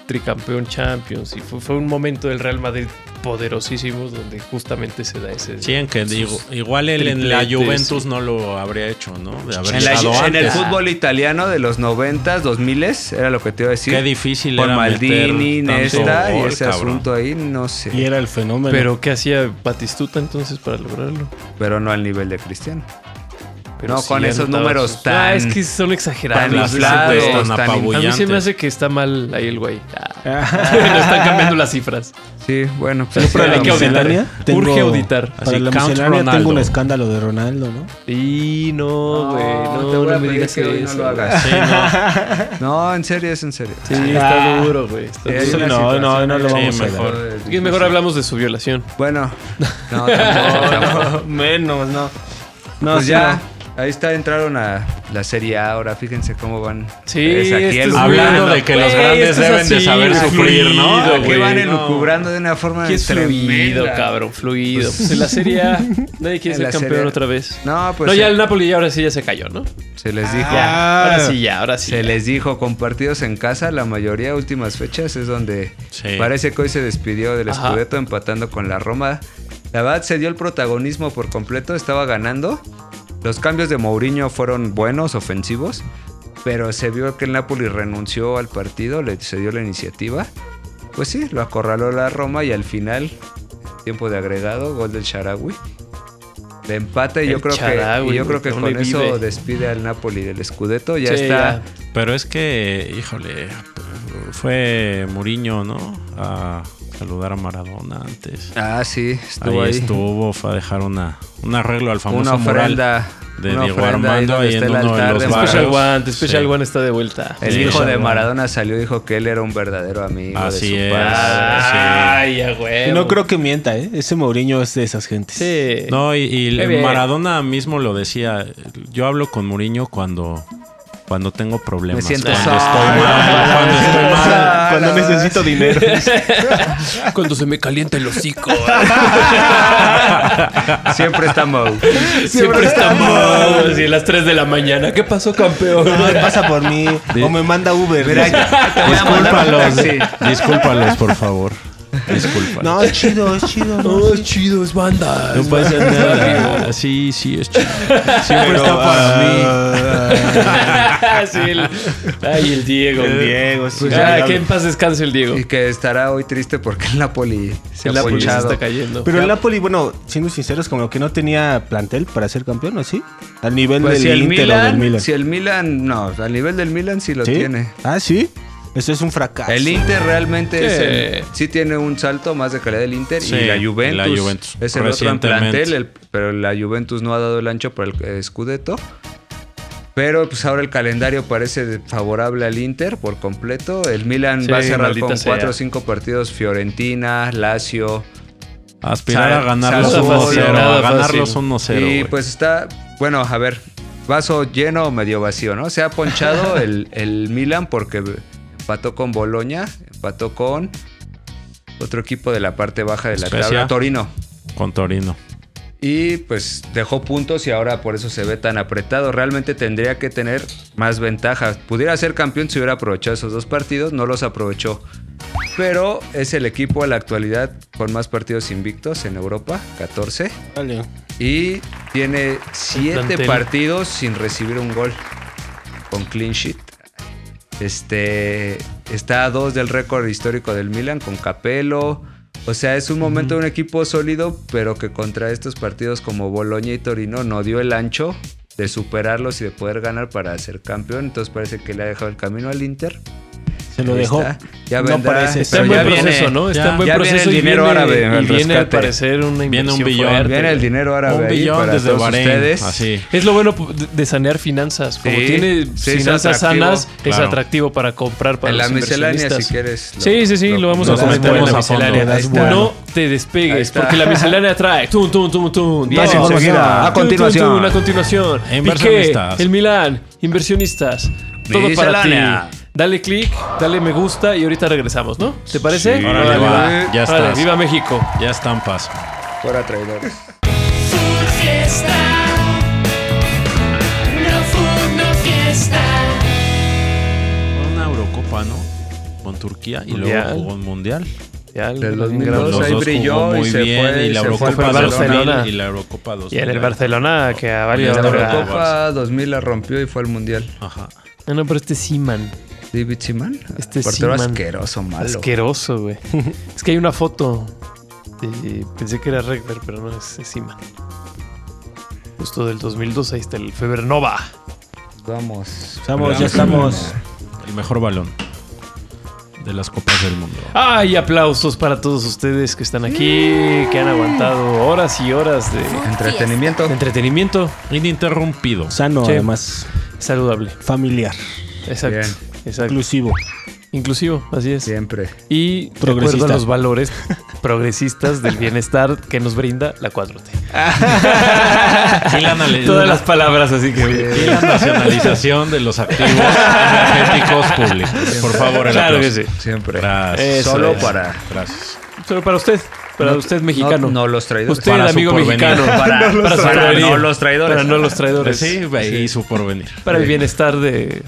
Speaker 1: tricampeón Champions y fue, fue un momento del Real Madrid poderosísimo donde justamente se da ese
Speaker 3: Sí, en que
Speaker 1: sus-
Speaker 3: digo, igual él en la
Speaker 1: tripletes.
Speaker 3: Juventus no lo habría hecho, ¿no? De haber
Speaker 7: En, la-
Speaker 3: estado
Speaker 7: en el
Speaker 3: antes.
Speaker 7: fútbol italiano de los 90s, 2000s, era lo que te iba a decir.
Speaker 3: Qué difícil
Speaker 7: Por
Speaker 3: era
Speaker 7: Maldini,
Speaker 3: meter tanto
Speaker 7: Nesta y
Speaker 3: gol,
Speaker 7: ese
Speaker 3: cabrón.
Speaker 7: asunto ahí, no sé.
Speaker 6: Y era el fenómeno.
Speaker 1: Pero ¿qué hacía Batistuta entonces para lograrlo?
Speaker 7: Pero no al nivel de Cristiano.
Speaker 1: Pero
Speaker 7: No, con esos
Speaker 1: anotaba
Speaker 7: números
Speaker 1: sus-
Speaker 7: tan-
Speaker 1: Ah, es que son exagerados.
Speaker 7: Tan
Speaker 3: las
Speaker 7: inflados,
Speaker 3: veces, tan
Speaker 7: tan
Speaker 3: apabullados.
Speaker 1: A mí se me hace que está mal ahí el güey. Ah. no están cambiando las cifras.
Speaker 7: in- Sí, bueno. pues
Speaker 1: Siempre
Speaker 7: así
Speaker 1: hay que
Speaker 7: vamos.
Speaker 1: auditar. eh.
Speaker 6: miscelánea tengo-
Speaker 1: Urge auditar.
Speaker 6: Para
Speaker 3: Así,
Speaker 6: la
Speaker 3: Count
Speaker 6: miscelánea
Speaker 3: Ronaldo.
Speaker 6: tengo un escándalo de Ronaldo, ¿no?
Speaker 1: Y no, güey. No,
Speaker 7: te voy
Speaker 1: no
Speaker 7: a
Speaker 1: me
Speaker 7: pedir
Speaker 1: digas
Speaker 7: que hoy no
Speaker 1: eso,
Speaker 7: lo
Speaker 1: güey.
Speaker 7: hagas.
Speaker 3: Sí, no.
Speaker 7: No, en serio, es en serio.
Speaker 1: Sí,
Speaker 6: Ah.
Speaker 1: está duro, güey. está
Speaker 7: Sí, hay
Speaker 1: duro.
Speaker 6: no,
Speaker 7: una
Speaker 6: no,
Speaker 7: situación
Speaker 6: no lo
Speaker 7: ahí
Speaker 3: vamos a
Speaker 7: mejor.
Speaker 3: dar.
Speaker 1: Y es mejor hablamos de su violación.
Speaker 7: Bueno, no, tampoco, tampoco.
Speaker 6: menos, no. No,
Speaker 7: pues
Speaker 6: sí,
Speaker 7: ya, Ahí está, entraron a la Serie A ahora. Fíjense cómo van.
Speaker 1: Sí,
Speaker 7: Es aquí
Speaker 1: esto
Speaker 7: el
Speaker 1: es
Speaker 3: Hablando
Speaker 1: bueno,
Speaker 3: de que los
Speaker 1: güey,
Speaker 3: grandes
Speaker 1: esto es
Speaker 3: deben de
Speaker 1: así,
Speaker 3: saber
Speaker 1: güey.
Speaker 3: sufrir, ¿no?
Speaker 1: Fluido,
Speaker 7: Ah, que
Speaker 1: güey,
Speaker 7: van
Speaker 1: no.
Speaker 7: elucubrando de una forma
Speaker 1: ¿Qué es fluido,
Speaker 7: tremenda.
Speaker 1: cabrón? Fluido. Pues en la Serie A nadie quiere
Speaker 7: En
Speaker 1: ser
Speaker 7: la
Speaker 1: campeón
Speaker 7: Serie A.
Speaker 1: otra vez.
Speaker 7: No, pues
Speaker 1: no, Ah. ya
Speaker 7: se,
Speaker 1: el Napoli ya ahora sí ya se cayó, ¿no?
Speaker 7: se les dijo.
Speaker 1: Ya, ahora sí, ya, ahora sí.
Speaker 7: Se les dijo, con partidos en casa, la mayoría últimas fechas es donde
Speaker 3: Sí.
Speaker 7: parece que hoy se despidió del
Speaker 1: Ajá.
Speaker 7: Scudetto empatando con la Roma. La verdad se dio el protagonismo por completo, estaba ganando. Los cambios de Mourinho fueron buenos, ofensivos, pero se vio que el Napoli renunció al partido, le se dio la iniciativa. Pues sí, lo acorraló la Roma y al final, tiempo de agregado, gol del Sharawi. De empate, y yo
Speaker 1: El
Speaker 7: creo
Speaker 1: Shaarawy,
Speaker 7: que, y yo creo
Speaker 1: güey,
Speaker 7: que
Speaker 1: ¿dónde
Speaker 7: con eso
Speaker 1: vive?
Speaker 7: despide al Napoli del Scudetto. Ya
Speaker 1: Sí,
Speaker 7: está
Speaker 3: Pero es que, híjole, fue Muriño, ¿no? A saludar a Maradona antes.
Speaker 7: Ah, sí,
Speaker 3: Ahí
Speaker 7: estuvo ahí.
Speaker 3: estuvo, fue a dejar una, un arreglo al famoso
Speaker 7: Una ofrenda.
Speaker 3: mural de
Speaker 7: una
Speaker 3: Diego
Speaker 7: ofrenda ahí
Speaker 3: Armando
Speaker 7: donde
Speaker 3: y en
Speaker 7: está el
Speaker 3: uno de
Speaker 7: altar
Speaker 3: los
Speaker 7: de
Speaker 3: barrios.
Speaker 1: Special
Speaker 7: Maradona.
Speaker 1: One, Special
Speaker 3: Sí.
Speaker 1: One está de vuelta.
Speaker 7: El
Speaker 3: Sí,
Speaker 7: hijo de
Speaker 3: Shaarawy.
Speaker 7: Maradona salió y dijo que él era un verdadero amigo
Speaker 3: Así
Speaker 7: de
Speaker 3: es.
Speaker 7: su padre.
Speaker 1: Ay, a huevo.
Speaker 6: No creo que mienta, ¿eh? Ese Mourinho es de esas gentes.
Speaker 1: Sí.
Speaker 3: No, y, y
Speaker 1: Qué bien.
Speaker 3: Maradona mismo lo decía. Yo hablo con Muriño cuando, cuando tengo problemas.
Speaker 7: Me siento
Speaker 3: cuando
Speaker 7: solo.
Speaker 3: estoy mal, cuando estoy mal.
Speaker 6: Cuando necesito dinero.
Speaker 1: Cuando se me calienta el hocico.
Speaker 7: Siempre está Mou.
Speaker 1: Siempre estamos Ah, así a las 3 de la mañana. ¿Qué pasó, campeón?
Speaker 6: No, pasa por mí. O me manda Uber.
Speaker 3: Discúlpalos,
Speaker 7: Sí.
Speaker 3: discúlpalos, por favor. Discúlpalos.
Speaker 6: No, es chido, es chido. no, sí.
Speaker 1: chido, es banda.
Speaker 3: No pasa nada. Sí, sí, es chido. Siempre está para mí.
Speaker 7: Ah,
Speaker 1: sí, el- Ay, el Diego.
Speaker 6: Con Diego, sí.
Speaker 1: Ah, que en paz descanse el Diego.
Speaker 7: Y que estará hoy triste porque el Napoli se
Speaker 1: El
Speaker 7: ha
Speaker 1: Napoli se
Speaker 7: ponchado.
Speaker 1: está cayendo.
Speaker 6: Pero el Napoli, bueno, siendo sinceros, como que no tenía plantel para ser campeón, ¿o sí? Al nivel
Speaker 7: Pues
Speaker 6: del
Speaker 7: si el,
Speaker 6: Inter o del
Speaker 7: Milan,
Speaker 6: Milan.
Speaker 7: si el Milan, no, al nivel del Milan sí lo
Speaker 6: ¿Sí?
Speaker 7: tiene.
Speaker 6: Ah, sí. Eso es un fracaso.
Speaker 7: El Inter realmente es
Speaker 1: Sí.
Speaker 7: el- sí tiene un salto más de calidad del Inter
Speaker 3: Sí,
Speaker 7: y la Juventus,
Speaker 3: la Juventus,
Speaker 7: es el otro en
Speaker 3: recientemente.
Speaker 7: plantel, el- pero la Juventus no ha dado el ancho para el eh, Scudetto. Pero pues ahora el calendario parece de- favorable al Inter por completo. El Milan
Speaker 1: Sí,
Speaker 7: va a cerrar
Speaker 1: maldita
Speaker 7: con
Speaker 1: sea.
Speaker 7: cuatro o cinco partidos Fiorentina, Lazio.
Speaker 3: Aspirar
Speaker 7: Sal-
Speaker 3: a ganarlos
Speaker 7: Sal-
Speaker 3: 1-0. A
Speaker 1: Nada fácil.
Speaker 3: ganarlos 1-0.
Speaker 7: y
Speaker 3: güey.
Speaker 7: pues está, bueno, a ver, vaso lleno o medio vacío, ¿no? Se ha ponchado el, el Milan porque empató con Boloña, empató con otro equipo de la parte baja de la
Speaker 3: Spezia.
Speaker 7: tabla, Torino.
Speaker 3: Con Torino.
Speaker 7: Y pues dejó puntos y ahora por eso se ve tan apretado. Realmente tendría que tener más ventaja. Pudiera ser campeón si hubiera aprovechado esos dos partidos, no los aprovechó. Pero es el equipo a la actualidad con más partidos invictos en Europa, 14.
Speaker 6: Vale.
Speaker 7: Y tiene siete
Speaker 1: plantel.
Speaker 7: partidos sin recibir un gol. Con clean sheet. Este está a dos del récord histórico del Milan con Capello. O sea, es un momento de un equipo sólido, pero que contra estos partidos como Boloña y Torino no dio el ancho de superarlos y de poder ganar para ser campeón. Entonces parece que le ha dejado el camino al Inter.
Speaker 6: Se lo
Speaker 7: Ahí
Speaker 6: dejó.
Speaker 7: está. Ya
Speaker 6: No
Speaker 7: vendrá,
Speaker 6: parece,
Speaker 1: Está
Speaker 7: pero
Speaker 1: en
Speaker 7: ya
Speaker 1: buen
Speaker 7: viene-
Speaker 1: proceso, ¿no? Está
Speaker 3: ya-
Speaker 1: en buen
Speaker 7: ya viene
Speaker 1: proceso.
Speaker 7: el
Speaker 1: y
Speaker 7: dinero
Speaker 1: viene,
Speaker 7: árabe al
Speaker 1: y viene al
Speaker 7: rescate.
Speaker 1: parecer una
Speaker 3: Viene un
Speaker 1: inversión
Speaker 3: billón.
Speaker 1: fuerte.
Speaker 7: Viene el dinero ahora
Speaker 3: Un billón desde Bahrein.
Speaker 7: ustedes.
Speaker 3: Así.
Speaker 1: Es lo bueno pues, de- de sanear finanzas. Como
Speaker 7: Sí,
Speaker 1: tiene
Speaker 7: sí, es
Speaker 1: finanzas
Speaker 7: atractivo.
Speaker 1: sanas, es
Speaker 3: Claro.
Speaker 1: atractivo para comprar para
Speaker 7: en la
Speaker 1: los
Speaker 7: miscelánea,
Speaker 1: inversionistas.
Speaker 7: si quieres. lo-
Speaker 1: Sí, sí, sí, lo, vamos a
Speaker 3: Nos
Speaker 1: comentar en
Speaker 3: metemos
Speaker 1: la
Speaker 3: a fondo.
Speaker 1: miscelánea.
Speaker 7: Ahí está.
Speaker 1: No te
Speaker 7: Ahí
Speaker 1: despegues,
Speaker 7: está.
Speaker 1: porque la miscelánea trae. Tum, tum, tum, tum.
Speaker 7: Viene
Speaker 1: No,
Speaker 7: enseguida.
Speaker 1: no.
Speaker 7: A
Speaker 1: Tum, tum,
Speaker 7: continuación.
Speaker 1: tum, a continuación.
Speaker 3: Inversionistas.
Speaker 1: Piqué, el Milán, inversionistas. Todo para ti.
Speaker 7: Miscelánea.
Speaker 1: Dale click, dale me gusta y ahorita regresamos, ¿no? ¿Te parece?
Speaker 7: Sí.
Speaker 3: Órale,
Speaker 7: Órale,
Speaker 3: va.
Speaker 7: va.
Speaker 3: Ya
Speaker 1: Órale,
Speaker 3: estás.
Speaker 1: viva México.
Speaker 3: Ya estampas.
Speaker 7: Fuera traidores.
Speaker 4: Full fiesta. No full, no fiesta.
Speaker 3: Una Eurocopa, ¿no? Con Turquía y luego
Speaker 1: Mundial.
Speaker 3: jugó un mundial.
Speaker 1: Ya, el-
Speaker 7: Del
Speaker 3: Los
Speaker 7: 2002
Speaker 3: dos
Speaker 7: ahí
Speaker 3: jugó
Speaker 7: brilló y
Speaker 3: muy
Speaker 7: se
Speaker 3: bien
Speaker 7: fue
Speaker 3: y la
Speaker 7: se fue al
Speaker 3: Eurocopa
Speaker 1: Barcelona.
Speaker 3: 2000 y la Eurocopa 2000.
Speaker 1: Y en el Barcelona, que a
Speaker 7: En
Speaker 1: varios.
Speaker 7: la
Speaker 3: Ahora va.
Speaker 7: Eurocopa 2000 la rompió y fue al Mundial.
Speaker 3: Ajá.
Speaker 1: No, no, pero este Seaman.
Speaker 7: David Seaman.
Speaker 1: Este
Speaker 7: portero
Speaker 1: Seaman.
Speaker 7: asqueroso, malo.
Speaker 1: Asqueroso, güey. es que hay una foto. Y pensé que era Regner, pero no es Seaman. Justo del 2002, ahí está el Febernova.
Speaker 7: Vamos.
Speaker 6: Estamos, ya estamos.
Speaker 3: El mejor balón de las copas del mundo.
Speaker 1: ¡Ay! Aplausos para todos ustedes que están aquí, que han aguantado horas y horas de
Speaker 7: Entretenimiento.
Speaker 1: entretenimiento
Speaker 3: Ininterrumpido.
Speaker 6: Sano,
Speaker 1: Sí.
Speaker 6: además.
Speaker 1: saludable.
Speaker 6: Familiar.
Speaker 1: Exacto.
Speaker 7: Bien.
Speaker 1: Exacto.
Speaker 6: Inclusivo.
Speaker 1: Inclusivo, así es.
Speaker 7: Siempre.
Speaker 1: Y de acuerdo
Speaker 6: Progresista.
Speaker 1: a los valores progresistas del bienestar que nos brinda la 4T.
Speaker 3: Y la anali-
Speaker 1: Todas las palabras así que...
Speaker 3: y la nacionalización de los activos energéticos públicos. Por favor, el
Speaker 1: Claro que
Speaker 3: aplauso.
Speaker 1: sí.
Speaker 7: Siempre.
Speaker 3: Gracias.
Speaker 1: Eso
Speaker 7: Solo
Speaker 1: es.
Speaker 7: para,
Speaker 3: Gracias.
Speaker 1: Solo para usted, para
Speaker 7: No-
Speaker 1: usted mexicano.
Speaker 7: no- no los traidores.
Speaker 1: Usted,
Speaker 3: Para
Speaker 1: el
Speaker 3: su
Speaker 1: amigo
Speaker 3: porvenir.
Speaker 1: mexicano.
Speaker 7: Para-
Speaker 1: no los
Speaker 7: para
Speaker 1: traidores.
Speaker 7: no los traidores.
Speaker 1: Para no los traidores.
Speaker 3: Sí, y su porvenir.
Speaker 1: Para el bienestar de,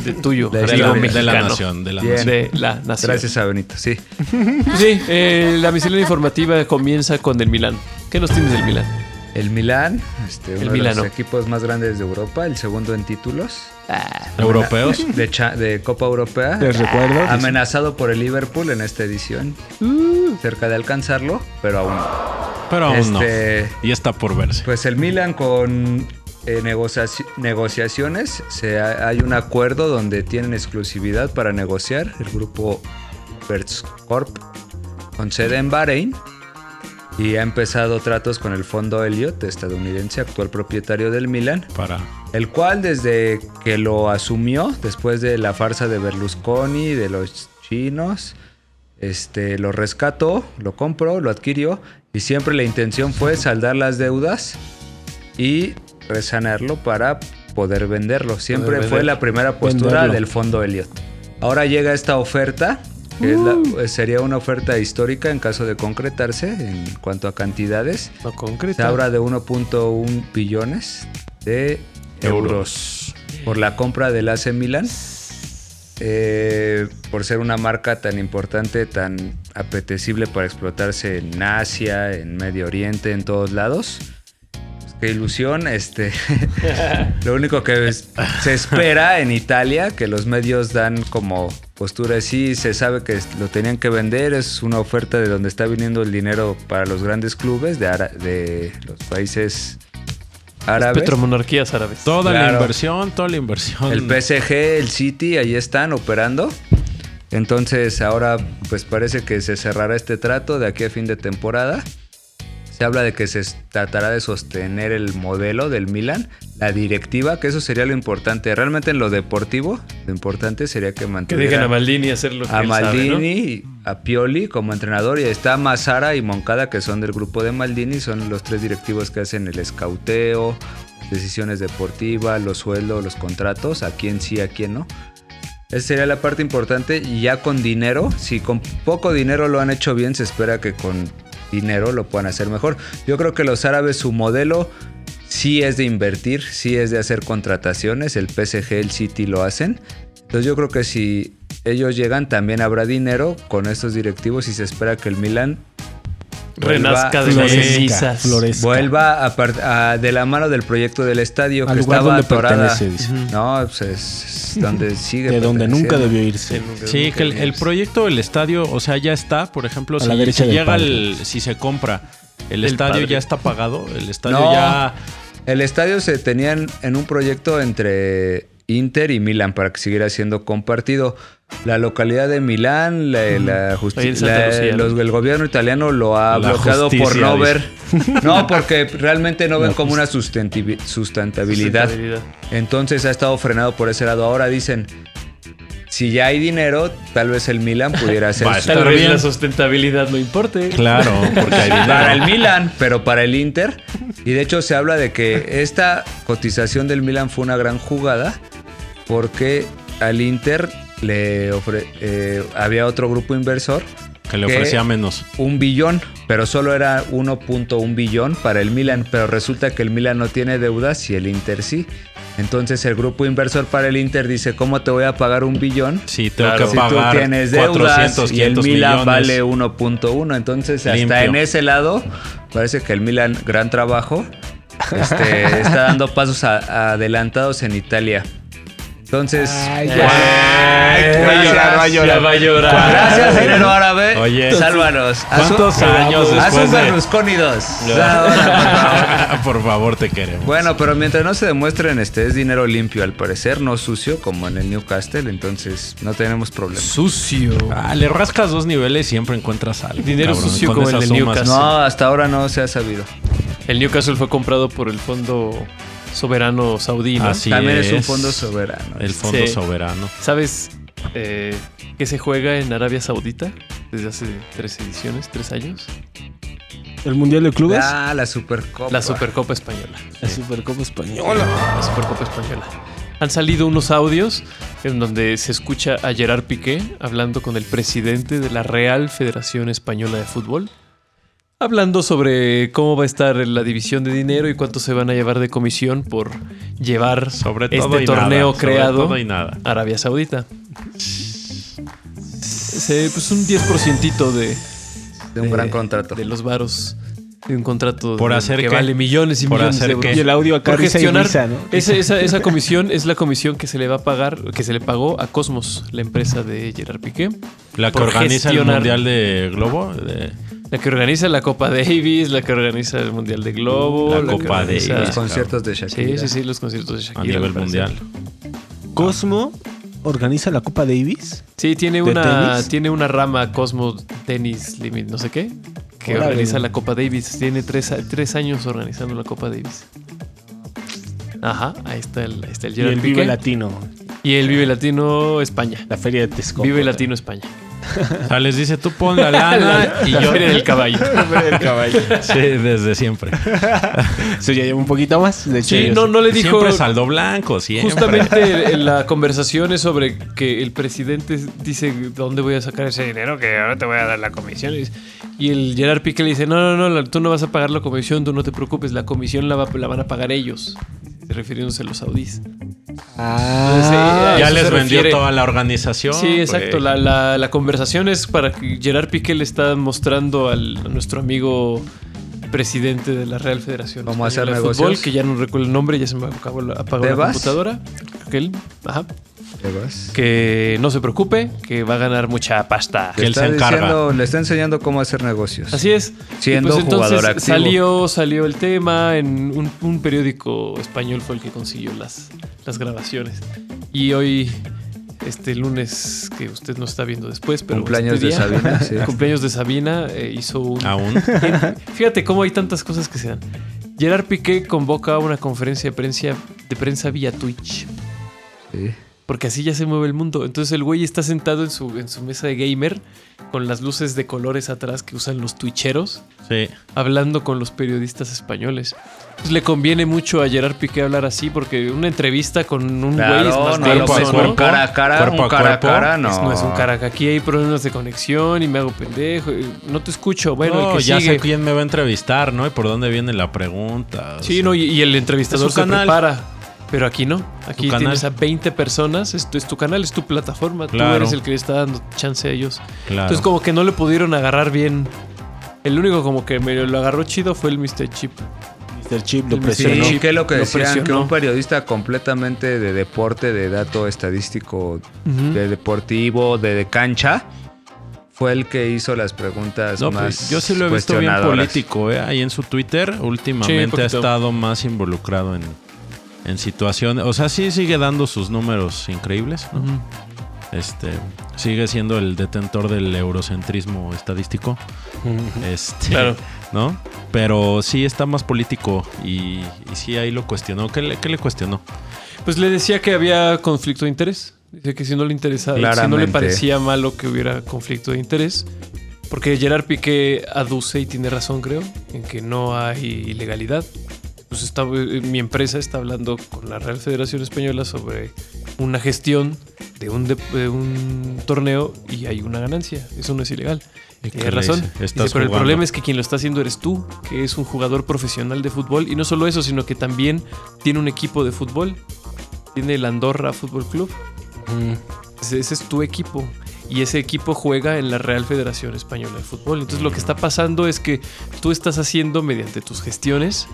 Speaker 1: de tuyo,
Speaker 7: De
Speaker 1: amigo
Speaker 3: De la, de la
Speaker 1: mexicano.
Speaker 3: nación, de la
Speaker 7: Bien.
Speaker 3: nación.
Speaker 1: De la nación.
Speaker 7: gracias a Benito. Sí.
Speaker 1: Sí, eh, la miscelánea informativa comienza con el Milán. ¿Qué nos tienes del Milán?
Speaker 7: El Milán, este, uno
Speaker 1: El
Speaker 7: de
Speaker 1: Milano.
Speaker 7: los equipos más grandes de Europa, el segundo en títulos
Speaker 3: Europeos.
Speaker 7: de, cha- de Copa Europea. Ah,
Speaker 6: Les recuerdo.
Speaker 7: Amenazado por el Liverpool en esta edición. Cerca de alcanzarlo, pero aún. no.
Speaker 3: Pero aún
Speaker 7: Este-
Speaker 3: no. Y está por verse.
Speaker 7: Pues el Milan con eh, negocia- negociaciones, se ha- hay un acuerdo donde tienen exclusividad para negociar el grupo Bertscorp con sede en Bahrein y ha empezado tratos con el fondo Elliott estadounidense, actual propietario del Milan,
Speaker 3: Para.
Speaker 7: el cual desde que lo asumió, después de la farsa de Berlusconi, de los chinos, este, lo rescató, lo compró, lo adquirió y siempre la intención fue saldar las deudas y resanarlo para poder venderlo. Siempre
Speaker 1: Poder
Speaker 7: fue
Speaker 1: vender-
Speaker 7: la primera postura
Speaker 6: venderlo.
Speaker 7: del fondo Elliot. Ahora llega esta oferta, que es la-
Speaker 1: Uh.
Speaker 7: sería una oferta histórica en caso de concretarse en cuanto a cantidades.
Speaker 1: No
Speaker 7: Se
Speaker 1: concreto.
Speaker 7: habla de 1.1 billones de euros. por la compra del AC Milan. Eh, por ser una marca tan importante, tan apetecible para explotarse en Asia, en Medio Oriente, en todos lados. Pues, qué ilusión, este. Lo único que es- se espera en Italia, que los medios dan como postura, sí, se sabe que lo tenían que vender, es una oferta de donde está viniendo el dinero para los grandes clubes de, ara- de los países árabes.
Speaker 1: Petromonarquías árabes.
Speaker 3: Toda la
Speaker 7: Claro.
Speaker 3: inversión, toda la inversión.
Speaker 7: El PSG, el City, ahí están operando. Entonces ahora pues parece que se cerrará este trato de aquí a fin de temporada. Se habla de que se tratará de sostener el modelo del Milan, la directiva, que eso sería lo importante. Realmente en lo deportivo, lo importante sería que
Speaker 1: Que
Speaker 7: mantuviera
Speaker 1: dejen a Maldini hacer lo que
Speaker 7: a
Speaker 1: él sabe, ¿no?
Speaker 7: Maldini, a Pioli como entrenador y está Mazara y Moncada que son del grupo de Maldini, son los tres directivos que hacen el escauteo, decisiones deportivas, los sueldos, los contratos, a quién sí, a quién no. Esa sería la parte importante y ya con dinero, si con poco dinero lo han hecho bien, se espera que con dinero lo puedan hacer mejor. Yo creo que los árabes su modelo sí es de invertir, sí es de hacer contrataciones, el PSG, el City lo hacen. Entonces yo creo que si ellos llegan también habrá dinero con estos directivos y se espera que el Milan
Speaker 1: Renazca de las
Speaker 7: Vuelva-
Speaker 6: Florezca,
Speaker 1: cenizas.
Speaker 6: florezca.
Speaker 7: vuelva a par- a- de la mano del proyecto del estadio
Speaker 6: Al
Speaker 7: que
Speaker 6: lugar
Speaker 7: estaba
Speaker 6: donde
Speaker 7: atorada.
Speaker 6: pertenece, dice.
Speaker 7: No, pues es donde sigue.
Speaker 6: De donde
Speaker 7: perteneciendo.
Speaker 6: nunca debió irse.
Speaker 3: Sí, que el, el proyecto del estadio, o sea, ya está. Por ejemplo,
Speaker 6: A
Speaker 3: si,
Speaker 6: la derecha
Speaker 3: si
Speaker 6: del
Speaker 3: llega
Speaker 6: padre.
Speaker 3: el. Si se compra, el,
Speaker 1: El
Speaker 3: estadio
Speaker 1: padre.
Speaker 3: ya está pagado. El estadio
Speaker 7: No.
Speaker 3: ya.
Speaker 7: El estadio se tenía en, en un proyecto entre Inter y Milán para que siguiera siendo compartido. La localidad de Milán, la, la justi-
Speaker 1: Ahí en Santa
Speaker 7: la-
Speaker 1: Lucía,
Speaker 7: los- el gobierno italiano lo ha
Speaker 3: La
Speaker 7: bloqueado por
Speaker 3: justicia,
Speaker 7: no ver.
Speaker 3: dice.
Speaker 7: No, porque realmente no ven como una sustentivi- sustentabilidad.
Speaker 1: Sustentabilidad.
Speaker 7: Entonces ha estado frenado por ese lado. Ahora dicen, si ya hay dinero, tal vez el Milan pudiera hacer
Speaker 3: Vale.
Speaker 7: su-
Speaker 1: Tal
Speaker 3: Estar
Speaker 1: vez
Speaker 3: bien.
Speaker 1: la sustentabilidad no importe.
Speaker 3: Claro, porque hay dinero.
Speaker 7: para el Milan, pero para el Inter. Y de hecho se habla de que esta cotización del Milan fue una gran jugada porque al Inter le ofre- eh, había otro grupo inversor,
Speaker 3: Que le
Speaker 7: ¿Qué?
Speaker 3: ofrecía menos.
Speaker 7: un billón, pero solo era 1.1 billón para el Milan, pero resulta que el Milan no tiene deudas y el Inter sí. Entonces el grupo inversor para el Inter dice, ¿cómo te voy a pagar un billón?
Speaker 3: Sí, tengo
Speaker 1: Claro.
Speaker 3: que
Speaker 7: si
Speaker 3: pagar
Speaker 7: tú tienes deudas
Speaker 3: 400, 500
Speaker 7: y el Milan
Speaker 3: millones.
Speaker 7: vale 1.1. Entonces,
Speaker 3: Limpio.
Speaker 7: hasta en ese lado, parece que el Milan, gran trabajo, este, está dando pasos a- adelantados en Italia. Entonces, pues,
Speaker 1: Ya va a llorar, va a llorar. Ya va a llorar.
Speaker 7: gracias, dinero árabe.
Speaker 3: Oye.
Speaker 7: sálvanos. Haz un-
Speaker 3: ¿Cuántos años
Speaker 7: Haz
Speaker 3: después
Speaker 7: un
Speaker 3: de-
Speaker 7: Berlusconi dos.
Speaker 3: Por favor, te queremos.
Speaker 7: Bueno, pero mientras no se demuestren, este es dinero limpio al parecer, no sucio como en el Newcastle, entonces no tenemos problemas.
Speaker 1: Sucio.
Speaker 3: Ah, le rascas dos niveles y siempre encuentras algo.
Speaker 1: Dinero
Speaker 3: cabrón,
Speaker 1: sucio
Speaker 3: con
Speaker 1: como el
Speaker 3: esas
Speaker 1: de
Speaker 3: sumas.
Speaker 1: Newcastle.
Speaker 7: No, hasta ahora no se ha sabido.
Speaker 1: El Newcastle fue comprado por el Fondo Soberano Saudí. ¿no?
Speaker 3: Así
Speaker 7: También es un fondo soberano.
Speaker 3: El fondo
Speaker 1: Sí.
Speaker 3: soberano.
Speaker 1: ¿Sabes eh, qué se juega en Arabia Saudita? desde hace tres ediciones, tres años.
Speaker 6: El Mundial de Clubes.
Speaker 7: Ah, la Supercopa.
Speaker 1: La Supercopa Española.
Speaker 6: La Supercopa Española.
Speaker 1: La Supercopa Española. Han salido unos audios en donde se escucha a Gerard Piqué hablando con el presidente de la Real Federación Española de Fútbol. Hablando sobre cómo va a estar la división de dinero y cuánto se van a llevar de comisión por llevar
Speaker 3: Sobre todo
Speaker 1: este
Speaker 3: y
Speaker 1: torneo
Speaker 3: nada, sobre
Speaker 1: creado
Speaker 3: todo y nada.
Speaker 1: a Arabia Saudita. Se- pues un 10% de,
Speaker 7: De un gran contrato.
Speaker 1: de los varos de un contrato
Speaker 3: ¿Por
Speaker 1: de-
Speaker 3: hacer
Speaker 1: que
Speaker 3: qué?
Speaker 1: vale millones y
Speaker 3: ¿Por
Speaker 1: millones
Speaker 3: hacer
Speaker 1: de euros.
Speaker 3: qué?
Speaker 6: Y el audio acá
Speaker 1: Por
Speaker 6: risa y
Speaker 1: gestionar
Speaker 6: risa, ¿no?
Speaker 1: esa, esa- esa comisión es la comisión que se le va a pagar, que se le pagó a Cosmos, la empresa de Gerard Piqué,
Speaker 3: La que
Speaker 1: Por
Speaker 3: organiza
Speaker 1: gestionar.
Speaker 3: el Mundial de Globo. de-
Speaker 1: la que organiza la Copa Davis, la que organiza el Mundial de Globo,
Speaker 3: La
Speaker 1: que
Speaker 3: Copa
Speaker 1: organiza-
Speaker 3: Davis.
Speaker 7: los conciertos de
Speaker 1: Sí,
Speaker 7: Shakira.
Speaker 1: sí, sí, los conciertos de Shakira.
Speaker 3: a nivel
Speaker 1: me parece.
Speaker 3: mundial.
Speaker 6: Cosmo organiza la Copa Davis.
Speaker 1: Sí, tiene
Speaker 6: ¿De
Speaker 1: una,
Speaker 6: tenis?
Speaker 1: tiene una rama Cosmos Tennis Limit, no sé qué, que
Speaker 6: Órale.
Speaker 1: organiza la Copa Davis. Tiene tres, tres años organizando la Copa Davis. Ajá, ahí está el, ahí está el
Speaker 6: Y
Speaker 1: Gerard
Speaker 6: el
Speaker 1: Piqué.
Speaker 6: Vive Latino.
Speaker 1: y el Vive Latino España.
Speaker 6: La Feria de Texcoco.
Speaker 1: Vive Latino España.
Speaker 3: O sea, les dice, tú pon la lana y
Speaker 1: La
Speaker 3: yo...
Speaker 1: Feria del caballo.
Speaker 3: Sí, desde siempre.
Speaker 6: Eso ya lleva un poquito más. De hecho,
Speaker 1: Sí,
Speaker 6: yo
Speaker 1: no,
Speaker 6: sé.
Speaker 1: no le dijo.
Speaker 3: Siempre saldo blanco, ¿eh? siempre.
Speaker 1: Justamente en la conversación es sobre que el presidente dice dónde voy a sacar ese dinero que ahora te voy a dar la comisión. Y dice- Y el Gerard Piqué le dice, no, no, no, la- tú no vas a pagar la comisión, tú no te preocupes, la comisión la, va- la van a pagar ellos. Refiriéndose a los saudíes.
Speaker 6: Ah,
Speaker 1: Entonces, eh, a
Speaker 3: Ya
Speaker 1: eso
Speaker 3: les
Speaker 1: se
Speaker 3: vendió
Speaker 1: refiere.
Speaker 3: toda la organización.
Speaker 1: Sí, exacto.
Speaker 3: güey.
Speaker 1: La, la- la conversación es para que Gerard Piqué le está mostrando al, a nuestro amigo presidente de la Real Federación
Speaker 7: ¿Cómo hacer
Speaker 1: Española de
Speaker 7: negocios?
Speaker 1: Fútbol, que ya no recuerdo el nombre, ya se me acabó la, apagó la
Speaker 7: ¿Tebas?
Speaker 1: computadora. Que él, ajá.
Speaker 7: ¿Te vas?
Speaker 1: Que no se preocupe, que va a ganar mucha pasta.
Speaker 3: Que él
Speaker 7: Está
Speaker 3: se encarga.
Speaker 7: diciendo- le está enseñando cómo hacer negocios.
Speaker 1: Así es.
Speaker 7: Siendo
Speaker 1: Y pues
Speaker 7: jugador activo.
Speaker 1: Salió, salió el tema en un, un periódico español fue el que consiguió las, las grabaciones. Y hoy, este lunes, que usted no está viendo después, pero
Speaker 7: Cumpleaños
Speaker 1: este
Speaker 7: de
Speaker 1: día,
Speaker 7: Sabina, sí.
Speaker 1: el cumpleaños de Sabina eh, hizo un...
Speaker 3: Aún.
Speaker 1: Fíjate cómo hay tantas cosas que se dan. Gerard Piqué convoca una conferencia de prensa, de prensa vía Twitch.
Speaker 7: Sí.
Speaker 1: Porque así ya se mueve el mundo. Entonces el güey está sentado en su, en su mesa de gamer con las luces de colores atrás que usan los twitcheros,
Speaker 3: Sí.
Speaker 1: hablando con los periodistas españoles. Pues le conviene mucho a Gerard Piqué hablar así porque una entrevista con un güey es
Speaker 7: Claro,
Speaker 1: más
Speaker 7: no
Speaker 1: denso,
Speaker 7: lo
Speaker 3: cuerpo a
Speaker 7: puedes
Speaker 1: ¿no?
Speaker 7: ver
Speaker 3: cuerpo.
Speaker 7: cara a cara,
Speaker 3: Cuerpo
Speaker 7: un
Speaker 3: a
Speaker 7: cara a
Speaker 3: cuerpo.
Speaker 7: cara,
Speaker 1: Es-
Speaker 7: no.
Speaker 1: No es un caraca. Aquí hay problemas de conexión y me hago pendejo. y No te escucho. Bueno,
Speaker 3: No,
Speaker 1: el que
Speaker 3: ya
Speaker 1: sigue.
Speaker 3: sé quién me va a entrevistar, ¿no? Y por dónde viene la pregunta. o
Speaker 1: Sí,
Speaker 3: sea.
Speaker 1: no, y, y el entrevistador
Speaker 3: Es su
Speaker 1: se
Speaker 3: canal.
Speaker 1: prepara. Pero aquí no. Aquí
Speaker 3: canal.
Speaker 1: tienes a 20 personas. Es tu, es tu canal, es tu plataforma. Tú
Speaker 3: Claro.
Speaker 1: eres el que le está dando chance a ellos.
Speaker 3: Claro.
Speaker 1: Entonces, como que no le pudieron agarrar bien. El único como que medio lo agarró chido fue el Mr. Chip.
Speaker 6: Mr. Chip lo
Speaker 1: Sí,
Speaker 6: presionó.
Speaker 7: Sí, que es lo que
Speaker 1: Lo
Speaker 7: decían, que
Speaker 1: presionó.
Speaker 7: un periodista completamente de deporte, de dato estadístico,
Speaker 1: Ujú.
Speaker 7: de deportivo, de, de cancha, fue el que hizo las preguntas
Speaker 3: No,
Speaker 7: más
Speaker 3: pues, yo sí lo he visto bien
Speaker 7: cuestionadoras.
Speaker 3: político, ¿eh? Ahí en su Twitter
Speaker 1: Sí,
Speaker 3: últimamente
Speaker 1: poquito.
Speaker 3: ha estado más involucrado en, en situaciones. O sea, sí sigue dando sus números increíbles, ¿no?
Speaker 1: Ujú.
Speaker 3: Este, sigue siendo el detentor del eurocentrismo estadístico. Este,
Speaker 1: Claro.
Speaker 3: ¿No? Pero sí está más político y, y sí ahí lo cuestionó. ¿Qué le, qué le cuestionó?
Speaker 1: Pues le decía que había conflicto de interés. Dice que si no le interesaba, si no le
Speaker 7: Claramente.
Speaker 1: parecía malo que hubiera conflicto de interés. Porque Gerard Piqué aduce y tiene razón, creo, en que no hay ilegalidad. Pues está, eh, mi empresa está hablando con la Real Federación Española sobre una gestión de un, dep- de un torneo y hay una ganancia. Eso no es ilegal.
Speaker 3: ¿Y qué
Speaker 1: Tiene
Speaker 3: le
Speaker 1: razón.
Speaker 3: dice?
Speaker 1: Dice,
Speaker 3: Estás
Speaker 1: pero el
Speaker 3: jugando".
Speaker 1: problema es que quien lo está haciendo eres tú, que es un jugador profesional de fútbol. Y no solo eso, sino que también tiene un equipo de fútbol. Tiene el Andorra Fútbol Club. Ese, ese es tu equipo. Y ese equipo juega en la Real Federación Española de Fútbol. Entonces
Speaker 3: Mm.
Speaker 1: lo que está pasando es que tú estás haciendo mediante tus gestiones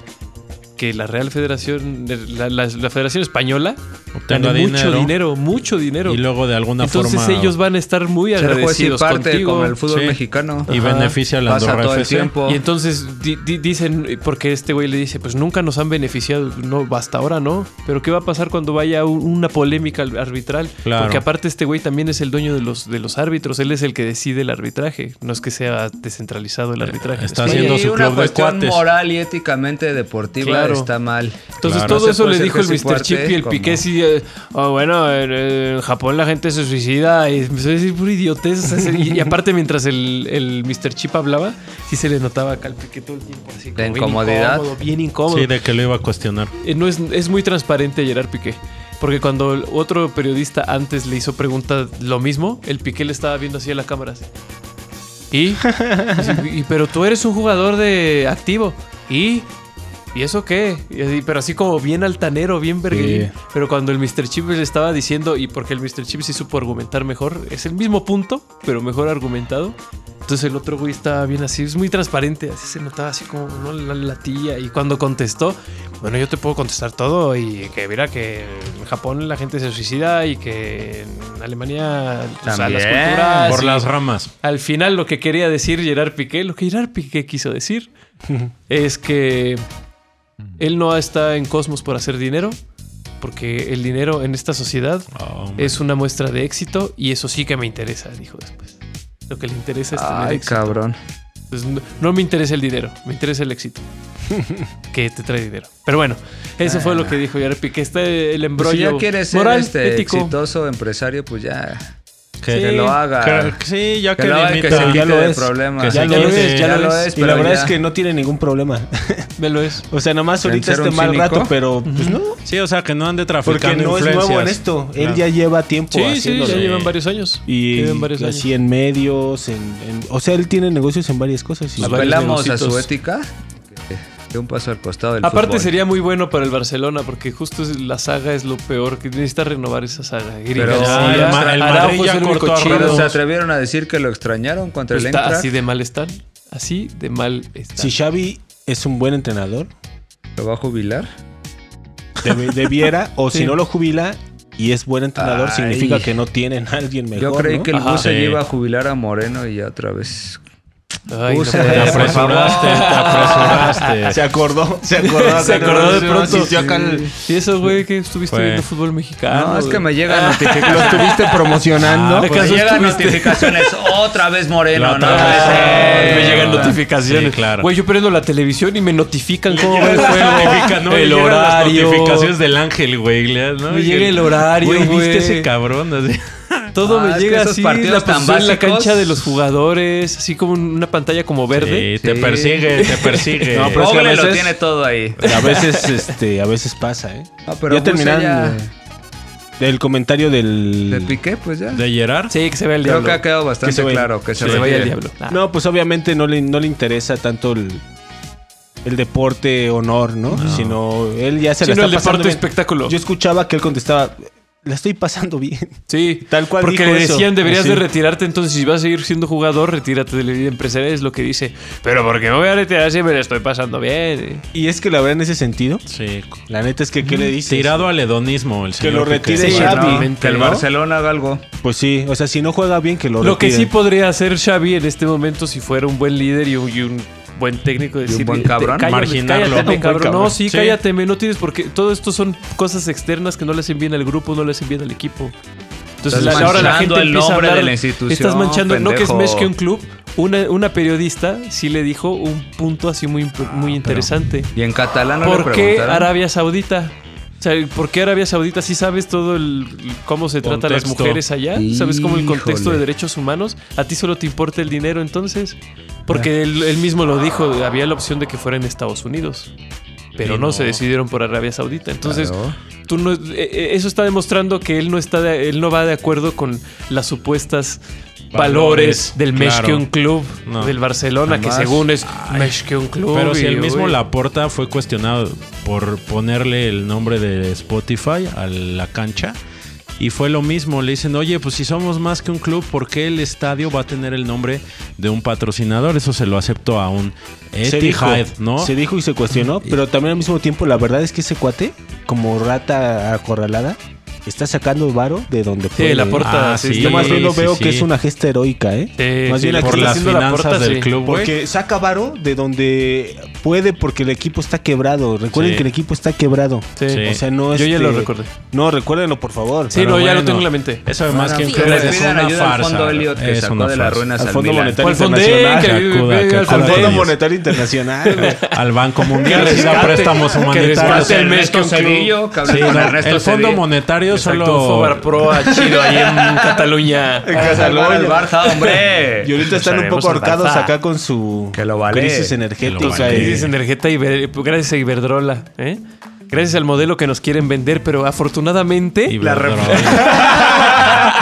Speaker 1: que la Real Federación, eh, la, la- la Federación Española,
Speaker 3: Obtenga
Speaker 1: gane mucho
Speaker 3: dinero,
Speaker 1: dinero, mucho dinero.
Speaker 3: y luego de alguna
Speaker 1: Entonces
Speaker 3: forma...
Speaker 1: ellos van a estar muy
Speaker 7: Ser juez y
Speaker 1: agradecidos
Speaker 7: parte
Speaker 1: contigo.
Speaker 7: como el fútbol
Speaker 3: Sí.
Speaker 7: mexicano.
Speaker 3: Y
Speaker 1: Ajá.
Speaker 3: beneficia al
Speaker 7: Pasa
Speaker 3: Andorra
Speaker 7: todo el
Speaker 3: FC.
Speaker 7: tiempo.
Speaker 1: Y entonces di- di- dicen, porque este güey le dice, pues nunca nos han beneficiado, no, hasta ahora no, pero ¿qué va a pasar cuando vaya un- una polémica al- arbitral?
Speaker 3: Claro.
Speaker 1: Porque aparte este güey también es el dueño de los, de los árbitros, él es el que decide el arbitraje, no es que sea descentralizado el arbitraje. en
Speaker 3: Eh, está
Speaker 1: España.
Speaker 3: haciendo
Speaker 7: Y
Speaker 3: su
Speaker 7: una
Speaker 3: club de
Speaker 7: cuestión
Speaker 3: cuates.
Speaker 7: moral y éticamente deportiva
Speaker 1: Claro.
Speaker 7: está mal.
Speaker 1: Entonces
Speaker 3: Claro.
Speaker 1: todo
Speaker 7: Se
Speaker 1: eso
Speaker 7: puede
Speaker 1: le
Speaker 7: ser
Speaker 1: dijo el
Speaker 7: que sí
Speaker 1: Mr. Chip
Speaker 7: fuerte,
Speaker 1: y el
Speaker 7: como-
Speaker 1: Piqué sí, eh, "Ah, bueno, en, en Japón la gente se suicida y empezó a decir pura idiotez. o sea, se- y, y aparte mientras el, el Mr. Chip hablaba, sí se le notaba acá el Piqué todo el tiempo así.
Speaker 7: La
Speaker 1: bien
Speaker 7: incomodidad.
Speaker 1: incómodo, bien incómodo.
Speaker 3: Sí, de que lo iba a cuestionar.
Speaker 1: Eh, no es, es muy transparente Gerard Piqué. Porque cuando el otro periodista antes le hizo pregunta lo mismo, el Piqué le estaba viendo así a la cámara. así. ¿Y? Así, "Y- Pero tú eres un jugador de activo. ¿Y? ¿Y eso qué? Y así, pero así como bien altanero, bien verguerín.
Speaker 6: Sí.
Speaker 1: Pero cuando el Mr. Chip le estaba diciendo, y porque el Mr. Chip sí supo argumentar mejor, es el mismo punto, pero mejor argumentado. Entonces el otro güey estaba bien así, es muy transparente, así se notaba así como no la latía. Y cuando contestó, bueno, yo te puedo contestar todo y que mira que en Japón la gente se suicida y que en Alemania o sea, las
Speaker 7: También. Ah,
Speaker 1: culturas...
Speaker 3: Por
Speaker 1: y-
Speaker 3: las ramas.
Speaker 1: al final lo que quería decir Gerard Piqué, lo que Gerard Piqué quiso decir es que él no está en Cosmos por hacer dinero, porque el dinero en esta sociedad
Speaker 3: Oh, man.
Speaker 1: es una muestra de éxito y eso sí que me interesa, dijo después. Lo que le interesa es tener
Speaker 7: Ay,
Speaker 1: éxito.
Speaker 7: cabrón.
Speaker 1: Entonces, no, no me interesa el dinero, me interesa el éxito. que te trae dinero. Pero bueno, eso fue lo que dijo Gerard Piqué. Este el
Speaker 7: Ah. Pues si
Speaker 1: embrollo
Speaker 7: ya quieres ser
Speaker 1: moral,
Speaker 7: este
Speaker 1: ético.
Speaker 7: exitoso empresario, pues ya.
Speaker 3: Que-
Speaker 7: Que lo haga.
Speaker 3: que- sí, ya
Speaker 7: que
Speaker 3: que,
Speaker 7: lo haga, que
Speaker 3: dimita.
Speaker 7: se
Speaker 6: Ya
Speaker 7: quite
Speaker 6: lo
Speaker 7: de
Speaker 6: es.
Speaker 7: problemas.
Speaker 3: Que
Speaker 6: Ya
Speaker 3: se
Speaker 6: lo
Speaker 3: quite.
Speaker 6: es, ya
Speaker 3: Ya
Speaker 6: lo
Speaker 7: lo
Speaker 6: es.
Speaker 7: es,
Speaker 6: Y la
Speaker 7: pero
Speaker 6: verdad
Speaker 7: ya.
Speaker 6: es que no tiene ningún problema.
Speaker 1: Me lo es.
Speaker 6: O sea, nomás
Speaker 7: ¿En
Speaker 6: ahorita
Speaker 7: ser
Speaker 6: este
Speaker 7: un
Speaker 6: mal
Speaker 7: cínico?
Speaker 6: rato, pero pues no.
Speaker 3: Sí, o sea, que no ande traficando
Speaker 6: Porque no es nuevo en
Speaker 3: influencias.
Speaker 6: esto. Él
Speaker 3: Claro.
Speaker 6: ya lleva tiempo
Speaker 1: Sí, sí,
Speaker 6: haciéndolo.
Speaker 1: ya
Speaker 3: sí.
Speaker 1: llevan varios años.
Speaker 6: Y
Speaker 1: llevan varios años.
Speaker 6: así en medios, en, en- o sea, él tiene negocios en varias cosas. y-
Speaker 1: A
Speaker 7: Nos
Speaker 1: varios
Speaker 7: pelamos a
Speaker 1: negocitos.
Speaker 7: su ética. que De un paso al costado del
Speaker 1: Aparte
Speaker 7: fútbol.
Speaker 1: sería muy bueno para el Barcelona porque justo es- la saga es lo peor que necesita renovar esa saga. Eric
Speaker 7: Pero
Speaker 1: García,
Speaker 7: el Ma-
Speaker 3: el
Speaker 1: Araujo
Speaker 3: Madrid
Speaker 1: es
Speaker 3: ya
Speaker 1: el único
Speaker 3: cortó a
Speaker 1: chido. Pues
Speaker 7: Pero se
Speaker 3: Pero-
Speaker 7: atrevieron a decir que lo extrañaron contra el
Speaker 1: Está
Speaker 7: Eintracht.
Speaker 1: así de mal están, así de mal están.
Speaker 6: Si Xavi es un buen entrenador,
Speaker 7: ¿Lo va a jubilar?
Speaker 6: debe- debiera, o
Speaker 1: Sí.
Speaker 6: si no lo jubila y es buen entrenador,
Speaker 7: Ay.
Speaker 6: significa que no tienen a alguien mejor.
Speaker 7: Yo creí
Speaker 6: ¿no?
Speaker 7: que el
Speaker 1: Ajá.
Speaker 7: Buse
Speaker 3: Sí.
Speaker 7: iba a jubilar a Moreno y ya otra vez.
Speaker 1: Ay,
Speaker 7: Puse-
Speaker 1: puede
Speaker 3: Te
Speaker 1: ser.
Speaker 3: apresuraste, te apresuraste.
Speaker 6: se acordó, se acordó,
Speaker 7: Ah,
Speaker 1: Se acordó de pronto.
Speaker 6: asistió acá al-
Speaker 1: Y eso, güey, que estuviste
Speaker 3: Fue-
Speaker 1: viendo fútbol mexicano.
Speaker 7: no, es que
Speaker 1: güey.
Speaker 7: me llegan notificaciones.
Speaker 6: estuviste promocionando.
Speaker 1: ¿de qué
Speaker 7: me
Speaker 1: acaso
Speaker 7: Pues llegan
Speaker 1: estuviste?
Speaker 7: notificaciones. Otra vez Moreno.
Speaker 3: La
Speaker 7: no
Speaker 3: otra
Speaker 7: puede
Speaker 3: vez.
Speaker 7: ser.
Speaker 1: Ay, Ah, me llegan
Speaker 3: Sí,
Speaker 1: notificaciones.
Speaker 3: claro.
Speaker 1: Güey, yo prendo la televisión y me notifican cómo va
Speaker 3: Ahora
Speaker 1: el
Speaker 3: fue,
Speaker 1: juego.
Speaker 3: notifica, ¿no?
Speaker 1: el
Speaker 3: Le llegan las
Speaker 1: horario.
Speaker 3: notificaciones del ángel, güey. le- ¿no?
Speaker 1: Me
Speaker 3: Y
Speaker 1: llega el horario, güey.
Speaker 3: ¿Viste ese cabrón? Así.
Speaker 1: Todo
Speaker 7: Ah, es
Speaker 1: me
Speaker 7: que
Speaker 1: llega
Speaker 7: esos
Speaker 1: así, la
Speaker 7: partidos tan
Speaker 1: posición en la
Speaker 7: básicos.
Speaker 1: cancha de los jugadores, así como una pantalla como verde.
Speaker 3: Sí, te
Speaker 7: Sí.
Speaker 3: persigue, te persigue.
Speaker 6: No, pero es que a
Speaker 7: Pobre lo
Speaker 6: veces-
Speaker 7: tiene todo ahí.
Speaker 6: A veces, este, a veces pasa, ¿eh?
Speaker 7: No, pero
Speaker 6: ya
Speaker 7: Buse
Speaker 6: terminaron
Speaker 7: ya-
Speaker 6: del comentario del.
Speaker 7: De piqué, pues ya.
Speaker 3: ¿De Gerard?
Speaker 1: Sí, que se vea el
Speaker 7: Creo
Speaker 1: diablo.
Speaker 7: que ha
Speaker 1: Que,
Speaker 7: quedado bastante
Speaker 6: se vaya-
Speaker 7: claro que se,
Speaker 1: se
Speaker 7: refiere.
Speaker 1: vaya el diablo. Ah.
Speaker 6: No, pues obviamente no le, no le interesa tanto el, el deporte honor, ¿no? Sino él ya se
Speaker 1: sino
Speaker 6: la está
Speaker 1: el
Speaker 6: pasando
Speaker 1: deporte
Speaker 6: bien.
Speaker 1: espectáculo.
Speaker 6: Yo escuchaba que él contestaba, la estoy pasando bien.
Speaker 1: sí,
Speaker 6: Tal cual
Speaker 1: Porque
Speaker 6: dijo
Speaker 1: le
Speaker 6: eso.
Speaker 1: decían, deberías
Speaker 6: Sí.
Speaker 1: de retirarte, entonces si vas a seguir siendo jugador, retírate de la vida empresarial, es lo que dice. Pero porque me voy a retirar si me la estoy pasando bien.
Speaker 6: Y es que la verdad en ese sentido,
Speaker 3: Sí.
Speaker 6: la neta es que ¿qué le dices?
Speaker 3: Tirado al hedonismo el señor.
Speaker 6: lo
Speaker 3: Piqué.
Speaker 6: retire
Speaker 7: Sí,
Speaker 6: Sí,
Speaker 7: no,
Speaker 6: obviamente,
Speaker 7: que el
Speaker 6: ¿no?
Speaker 7: Barcelona haga algo.
Speaker 6: Pues sí, o sea, si no juega bien que lo
Speaker 1: Lo que sí
Speaker 6: retiren.
Speaker 1: podría hacer Xavi en este momento si fuera un buen líder y un, y un buen técnico, decir, "Eh,
Speaker 7: buen
Speaker 1: "Te-
Speaker 7: cabrón".
Speaker 1: cállate,
Speaker 3: Marginarlo.
Speaker 1: cállate,
Speaker 3: Un buen
Speaker 1: cabrón. No,
Speaker 3: cabrón.
Speaker 1: sí,
Speaker 3: Sí.
Speaker 1: cállate, me, no tienes porque todo esto son cosas externas que no le hacen bien al grupo, no le hacen bien al equipo. Entonces
Speaker 7: Estás
Speaker 1: la- ahora la gente
Speaker 7: manchando el
Speaker 1: empieza a
Speaker 7: nombre
Speaker 1: hablar,
Speaker 7: de la institución,
Speaker 1: estás manchando, no que es
Speaker 7: pendejo.
Speaker 1: más que un club. Una, una periodista sí le dijo un punto así muy,
Speaker 7: Ah,
Speaker 1: imp- muy interesante.
Speaker 7: Y en catalán no
Speaker 1: ¿Por
Speaker 7: le
Speaker 1: qué
Speaker 7: preguntaron.
Speaker 1: Arabia Saudita? O sea, ¿por qué Arabia Saudita? Si sabes todo el cómo se trata a las
Speaker 3: Contexto.
Speaker 1: mujeres allá, sabes cómo el contexto
Speaker 7: Híjole.
Speaker 1: de derechos humanos, a ti solo te importa el dinero entonces,
Speaker 3: Ah.
Speaker 1: porque él, él mismo lo dijo, había la opción de que fuera en Estados Unidos, pero
Speaker 3: Y
Speaker 1: no,
Speaker 3: no.
Speaker 1: se decidieron por Arabia Saudita. Entonces,
Speaker 7: Claro.
Speaker 1: tú no- eh, eh, eso está demostrando que él no está, de- él no va de acuerdo con las supuestas valores,
Speaker 3: Valores,
Speaker 1: del
Speaker 3: claro.
Speaker 1: Meshkion Club
Speaker 3: No.
Speaker 1: del Barcelona, que
Speaker 7: Jamás.
Speaker 1: según es Meshkion Club.
Speaker 3: Pero si
Speaker 1: y,
Speaker 3: el mismo
Speaker 1: uy.
Speaker 3: Laporta fue cuestionado por ponerle el nombre de Spotify a la cancha. Y fue lo mismo, le dicen, oye, pues si somos más que un club, ¿por qué el estadio va a tener el nombre de un patrocinador? Eso se lo acepto a un
Speaker 6: se dijo,
Speaker 3: Etihad, ¿no?
Speaker 6: se dijo y se cuestionó, pero también al mismo tiempo la verdad es que ese cuate, como rata acorralada, está sacando varo de donde puede.
Speaker 1: la aporta,
Speaker 3: Ah,
Speaker 1: sí,
Speaker 3: sí,
Speaker 1: está
Speaker 6: Yo más bien lo
Speaker 3: sí,
Speaker 6: veo
Speaker 3: sí.
Speaker 6: que es una gesta heroica, ¿eh?
Speaker 1: Sí,
Speaker 6: más
Speaker 1: sí,
Speaker 6: bien aquí
Speaker 3: por
Speaker 6: está
Speaker 3: las
Speaker 6: haciendo
Speaker 1: la
Speaker 3: finanzas
Speaker 1: puerta,
Speaker 3: del
Speaker 1: sí.
Speaker 3: club, güey.
Speaker 6: Porque saca varo de donde puede, porque el equipo está quebrado. Recuerden
Speaker 3: Sí.
Speaker 6: que el equipo está quebrado.
Speaker 1: Sí.
Speaker 3: Sí.
Speaker 6: O sea, no este, es.
Speaker 1: Yo ya lo recordé.
Speaker 6: No, recuérdenlo, por favor.
Speaker 1: Sí,
Speaker 3: Pero
Speaker 1: no, ya lo
Speaker 3: bueno,
Speaker 1: tengo en la mente.
Speaker 3: Eso además que
Speaker 5: Bueno,
Speaker 3: en
Speaker 5: sí.
Speaker 3: clubes
Speaker 7: Le
Speaker 3: es
Speaker 7: pidan
Speaker 3: una
Speaker 7: ayuda al
Speaker 3: farsa.
Speaker 7: fondo Elliot que
Speaker 3: es
Speaker 7: sacó
Speaker 3: una
Speaker 7: de las
Speaker 3: farsa.
Speaker 7: ruinas
Speaker 6: Al
Speaker 7: al
Speaker 6: Fondo
Speaker 7: Milan.
Speaker 6: Monetario
Speaker 1: Al Fondé, que
Speaker 6: Internacional.
Speaker 1: vive-
Speaker 3: Acuda,
Speaker 1: vive
Speaker 3: que
Speaker 1: al
Speaker 3: acuda.
Speaker 6: Al Fondo
Speaker 1: Fondé.
Speaker 3: Monetario.
Speaker 6: Monetario Internacional. güey.
Speaker 3: Al Banco Mundial
Speaker 1: Que
Speaker 3: les da
Speaker 1: rescate,
Speaker 3: préstamos
Speaker 1: que
Speaker 3: humanitarios.
Speaker 1: rescate el
Speaker 7: Ernesto
Speaker 1: Mescon Club.
Speaker 7: Cedillo, que habla
Speaker 3: Sí,
Speaker 7: con
Speaker 3: no,
Speaker 7: Ernesto
Speaker 3: el Fondo
Speaker 7: Cedillo.
Speaker 3: Monetario
Speaker 1: Exacto, un
Speaker 3: solo
Speaker 1: Fobar Pro a chido ahí en Cataluña.
Speaker 7: Hay que salvar al Barça, hombre.
Speaker 6: Y ahorita están un
Speaker 1: Salvaremos
Speaker 6: poco
Speaker 1: al
Speaker 6: ahorcados
Speaker 1: Barça.
Speaker 6: acá con su
Speaker 7: Que lo vale.
Speaker 6: crisis
Speaker 3: Que lo
Speaker 6: energética.
Speaker 3: vale.
Speaker 6: eh.
Speaker 1: Crisis energética Iber- gracias a Iberdrola. ¿eh? Gracias al modelo que nos quieren vender, pero afortunadamente
Speaker 3: y
Speaker 7: La
Speaker 3: Iberdrola.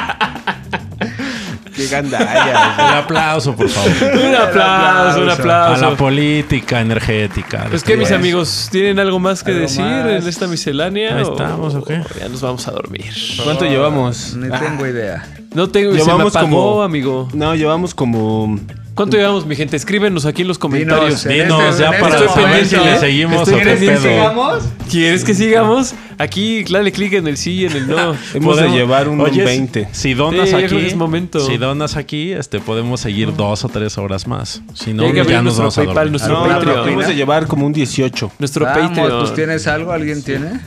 Speaker 6: Qué gandalla. güey.
Speaker 3: Un aplauso, por favor.
Speaker 1: Un aplauso, un
Speaker 3: A la
Speaker 1: aplauso.
Speaker 3: política energética.
Speaker 1: Pues que mis
Speaker 3: Pues,
Speaker 1: amigos, ¿tienen algo más que
Speaker 3: ¿Algo
Speaker 1: decir
Speaker 3: más?
Speaker 1: en esta miscelánea?
Speaker 3: Ahí
Speaker 1: o-
Speaker 3: estamos, ¿o qué?
Speaker 1: Ya nos vamos a dormir.
Speaker 6: ¿Cuánto llevamos?
Speaker 7: Ni
Speaker 6: Ah,
Speaker 7: tengo idea.
Speaker 1: No tengo, se me
Speaker 6: Llevamos
Speaker 1: apagó,
Speaker 6: como-
Speaker 1: amigo.
Speaker 6: No, llevamos como.
Speaker 1: ¿Cuánto llevamos, mi gente? Escríbenos aquí en los comentarios.
Speaker 7: en
Speaker 3: Dinos
Speaker 7: este-
Speaker 3: ya
Speaker 7: en
Speaker 3: para
Speaker 7: este
Speaker 3: saber si
Speaker 7: momento,
Speaker 3: le
Speaker 7: ¿eh?
Speaker 3: seguimos
Speaker 1: Estoy
Speaker 3: o qué
Speaker 1: creyendo que
Speaker 3: pedo.
Speaker 7: ¿Sigamos?
Speaker 1: ¿Quieres que sigamos? Aquí, dale clic en el sí y en el no.
Speaker 6: Hemos de
Speaker 3: Podemos-
Speaker 6: llevar un
Speaker 3: Oye, si-
Speaker 6: 20.
Speaker 3: Si donas
Speaker 1: Sí, yo creo
Speaker 3: aquí,
Speaker 1: que es momento.
Speaker 3: si donas aquí, este, podemos seguir dos o tres horas más. Si
Speaker 1: Ya
Speaker 3: no,
Speaker 1: hay que abrir
Speaker 3: ya nos
Speaker 1: nuestro
Speaker 3: vamos a
Speaker 1: PayPal,
Speaker 3: dormir.
Speaker 1: nuestro-
Speaker 6: No, no,
Speaker 1: Patreon.
Speaker 6: no, hemos de llevar como un 18.
Speaker 1: Nuestro
Speaker 7: Vamos,
Speaker 1: Patreon.
Speaker 7: pues tienes algo, alguien tiene.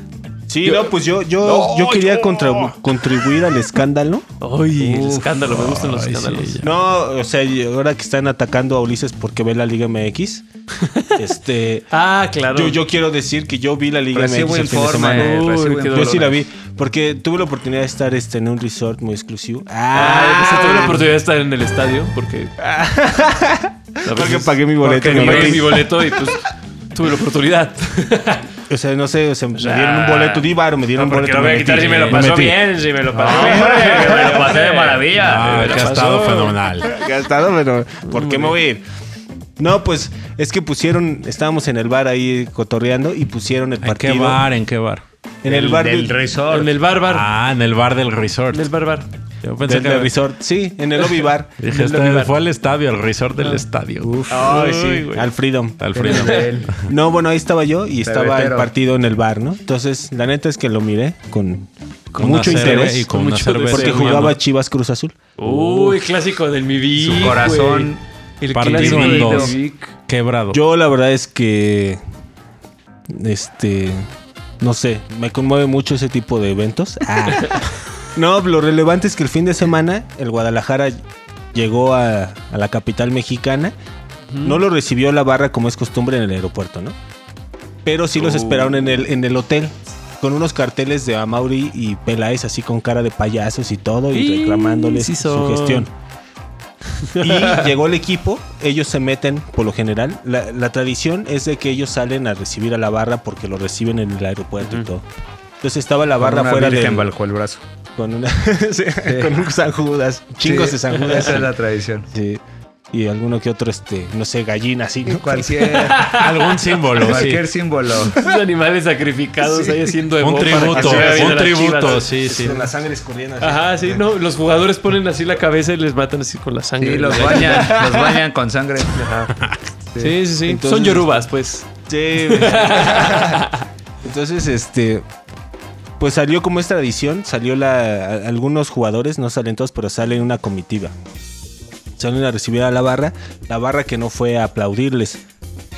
Speaker 6: Sí, no, pues yo, yo, yo quería contra- contribuir al escándalo.
Speaker 1: Ay, el escándalo, me gustan los
Speaker 3: Ay, sí,
Speaker 1: escándalos.
Speaker 3: ya.
Speaker 6: No, o sea, y ahora que están atacando a Ulises porque ve la Liga MX, este,
Speaker 1: Ah, claro.
Speaker 6: yo, yo quiero decir que yo vi la Liga
Speaker 7: Recibo
Speaker 6: MX. el fin de
Speaker 7: informe.
Speaker 6: semana.
Speaker 1: Uy,
Speaker 7: recibo
Speaker 1: qué
Speaker 7: informe.
Speaker 6: Yo sí la vi, porque tuve la oportunidad de estar este, en un resort muy exclusivo.
Speaker 1: Ah, pues, tuve la
Speaker 6: porque,
Speaker 1: oportunidad de estar en el estadio porque. La verdad es-
Speaker 6: pagué mi boleto.
Speaker 1: porque
Speaker 6: me
Speaker 1: pagué
Speaker 6: metí.
Speaker 1: mi boleto y pues tuve la oportunidad.
Speaker 6: O sea, no sé, o sea, me
Speaker 1: sea,
Speaker 6: dieron un boleto de Ibar, me dieron un boleto. me metí. metí.
Speaker 1: si me lo
Speaker 3: pasó bien,
Speaker 1: me lo pasé de
Speaker 3: Ah,
Speaker 1: maravilla.
Speaker 3: que ha estado fenomenal.
Speaker 6: Gastado, pero ¿por qué me voy a ir? No, pues es que pusieron, estábamos en el bar ahí cotorreando y pusieron el
Speaker 3: ¿En
Speaker 6: partido.
Speaker 3: qué bar? ¿En qué bar?
Speaker 6: En el bar
Speaker 7: del
Speaker 6: del-
Speaker 7: resort.
Speaker 1: En el barbar.
Speaker 3: Ah, en el bar del resort.
Speaker 1: En el barbar.
Speaker 3: Yo pensé
Speaker 6: del-
Speaker 3: que
Speaker 6: del resort. Sí, en el lobby bar.
Speaker 3: Dije,
Speaker 1: del
Speaker 3: este
Speaker 1: lugar.
Speaker 3: fue al estadio, al resort del estadio. Uf.
Speaker 6: Ay, sí,
Speaker 1: güey.
Speaker 6: al Freedom.
Speaker 3: Alfredo.
Speaker 6: No, bueno, ahí estaba yo y estaba el
Speaker 7: Pebetero.
Speaker 6: partido en el bar, ¿no? Entonces, la neta es que lo miré con, con
Speaker 3: Una
Speaker 6: mucho
Speaker 3: cerve-
Speaker 6: interés.
Speaker 3: Y con
Speaker 1: Con
Speaker 3: una
Speaker 1: mucho-
Speaker 3: cerveza.
Speaker 6: porque
Speaker 1: deseo, mi
Speaker 6: jugaba
Speaker 1: amor.
Speaker 6: Chivas Cruz Azul.
Speaker 1: Uy, clásico del Mivic.
Speaker 7: Su corazón
Speaker 1: güey. El
Speaker 3: partido
Speaker 1: clásico
Speaker 3: en
Speaker 1: del
Speaker 3: dos.
Speaker 1: Mivic.
Speaker 3: Quebrado.
Speaker 6: Yo la verdad es que este no sé, me conmueve mucho ese tipo de eventos. Ah. No, lo relevante es que el fin de semana el Guadalajara llegó a, a la capital mexicana. No lo recibió la barra como es costumbre en el aeropuerto, ¿no? Pero sí los
Speaker 1: Oh.
Speaker 6: esperaron en el, en el hotel. Con unos carteles de Amauri y Peláez así con cara de payasos y todo y
Speaker 1: Y
Speaker 6: reclamándoles
Speaker 1: sí
Speaker 6: su
Speaker 1: son.
Speaker 6: gestión. Y llegó el equipo, ellos se meten por lo general. La, la tradición es de que ellos salen a recibir a la barra porque lo reciben en el aeropuerto y todo. Entonces estaba la barra fuera de.
Speaker 7: bajo el brazo.
Speaker 6: Con, una- sí, con un San Judas, chingos de San Judas.
Speaker 7: Esa es la tradición.
Speaker 6: Sí. Y alguno que otro, este, no sé, gallina así, ¿no?
Speaker 7: Cualquier,
Speaker 3: Algún símbolo, sí.
Speaker 7: cualquier símbolo.
Speaker 1: Esos animales sacrificados ahí haciendo
Speaker 3: Un
Speaker 1: evo para que
Speaker 3: tributo,
Speaker 1: se vea bien a
Speaker 3: un
Speaker 1: las
Speaker 3: tributo,
Speaker 1: chivas.
Speaker 3: sí, sí.
Speaker 6: la sangre escurriendo así.
Speaker 1: Ajá, sí, no, los jugadores ponen así la cabeza y les matan así con la sangre.
Speaker 7: Sí, los bañan, los bañan con sangre.
Speaker 1: Sí, sí, sí.
Speaker 6: Entonces-
Speaker 1: Son yorubas, pues.
Speaker 6: Sí, güey. Entonces, este. Pues salió como es tradición, salió la. a- Algunos jugadores, no salen todos, pero salen una comitiva. Salen a recibir a la barra. La barra que no fue a aplaudirles,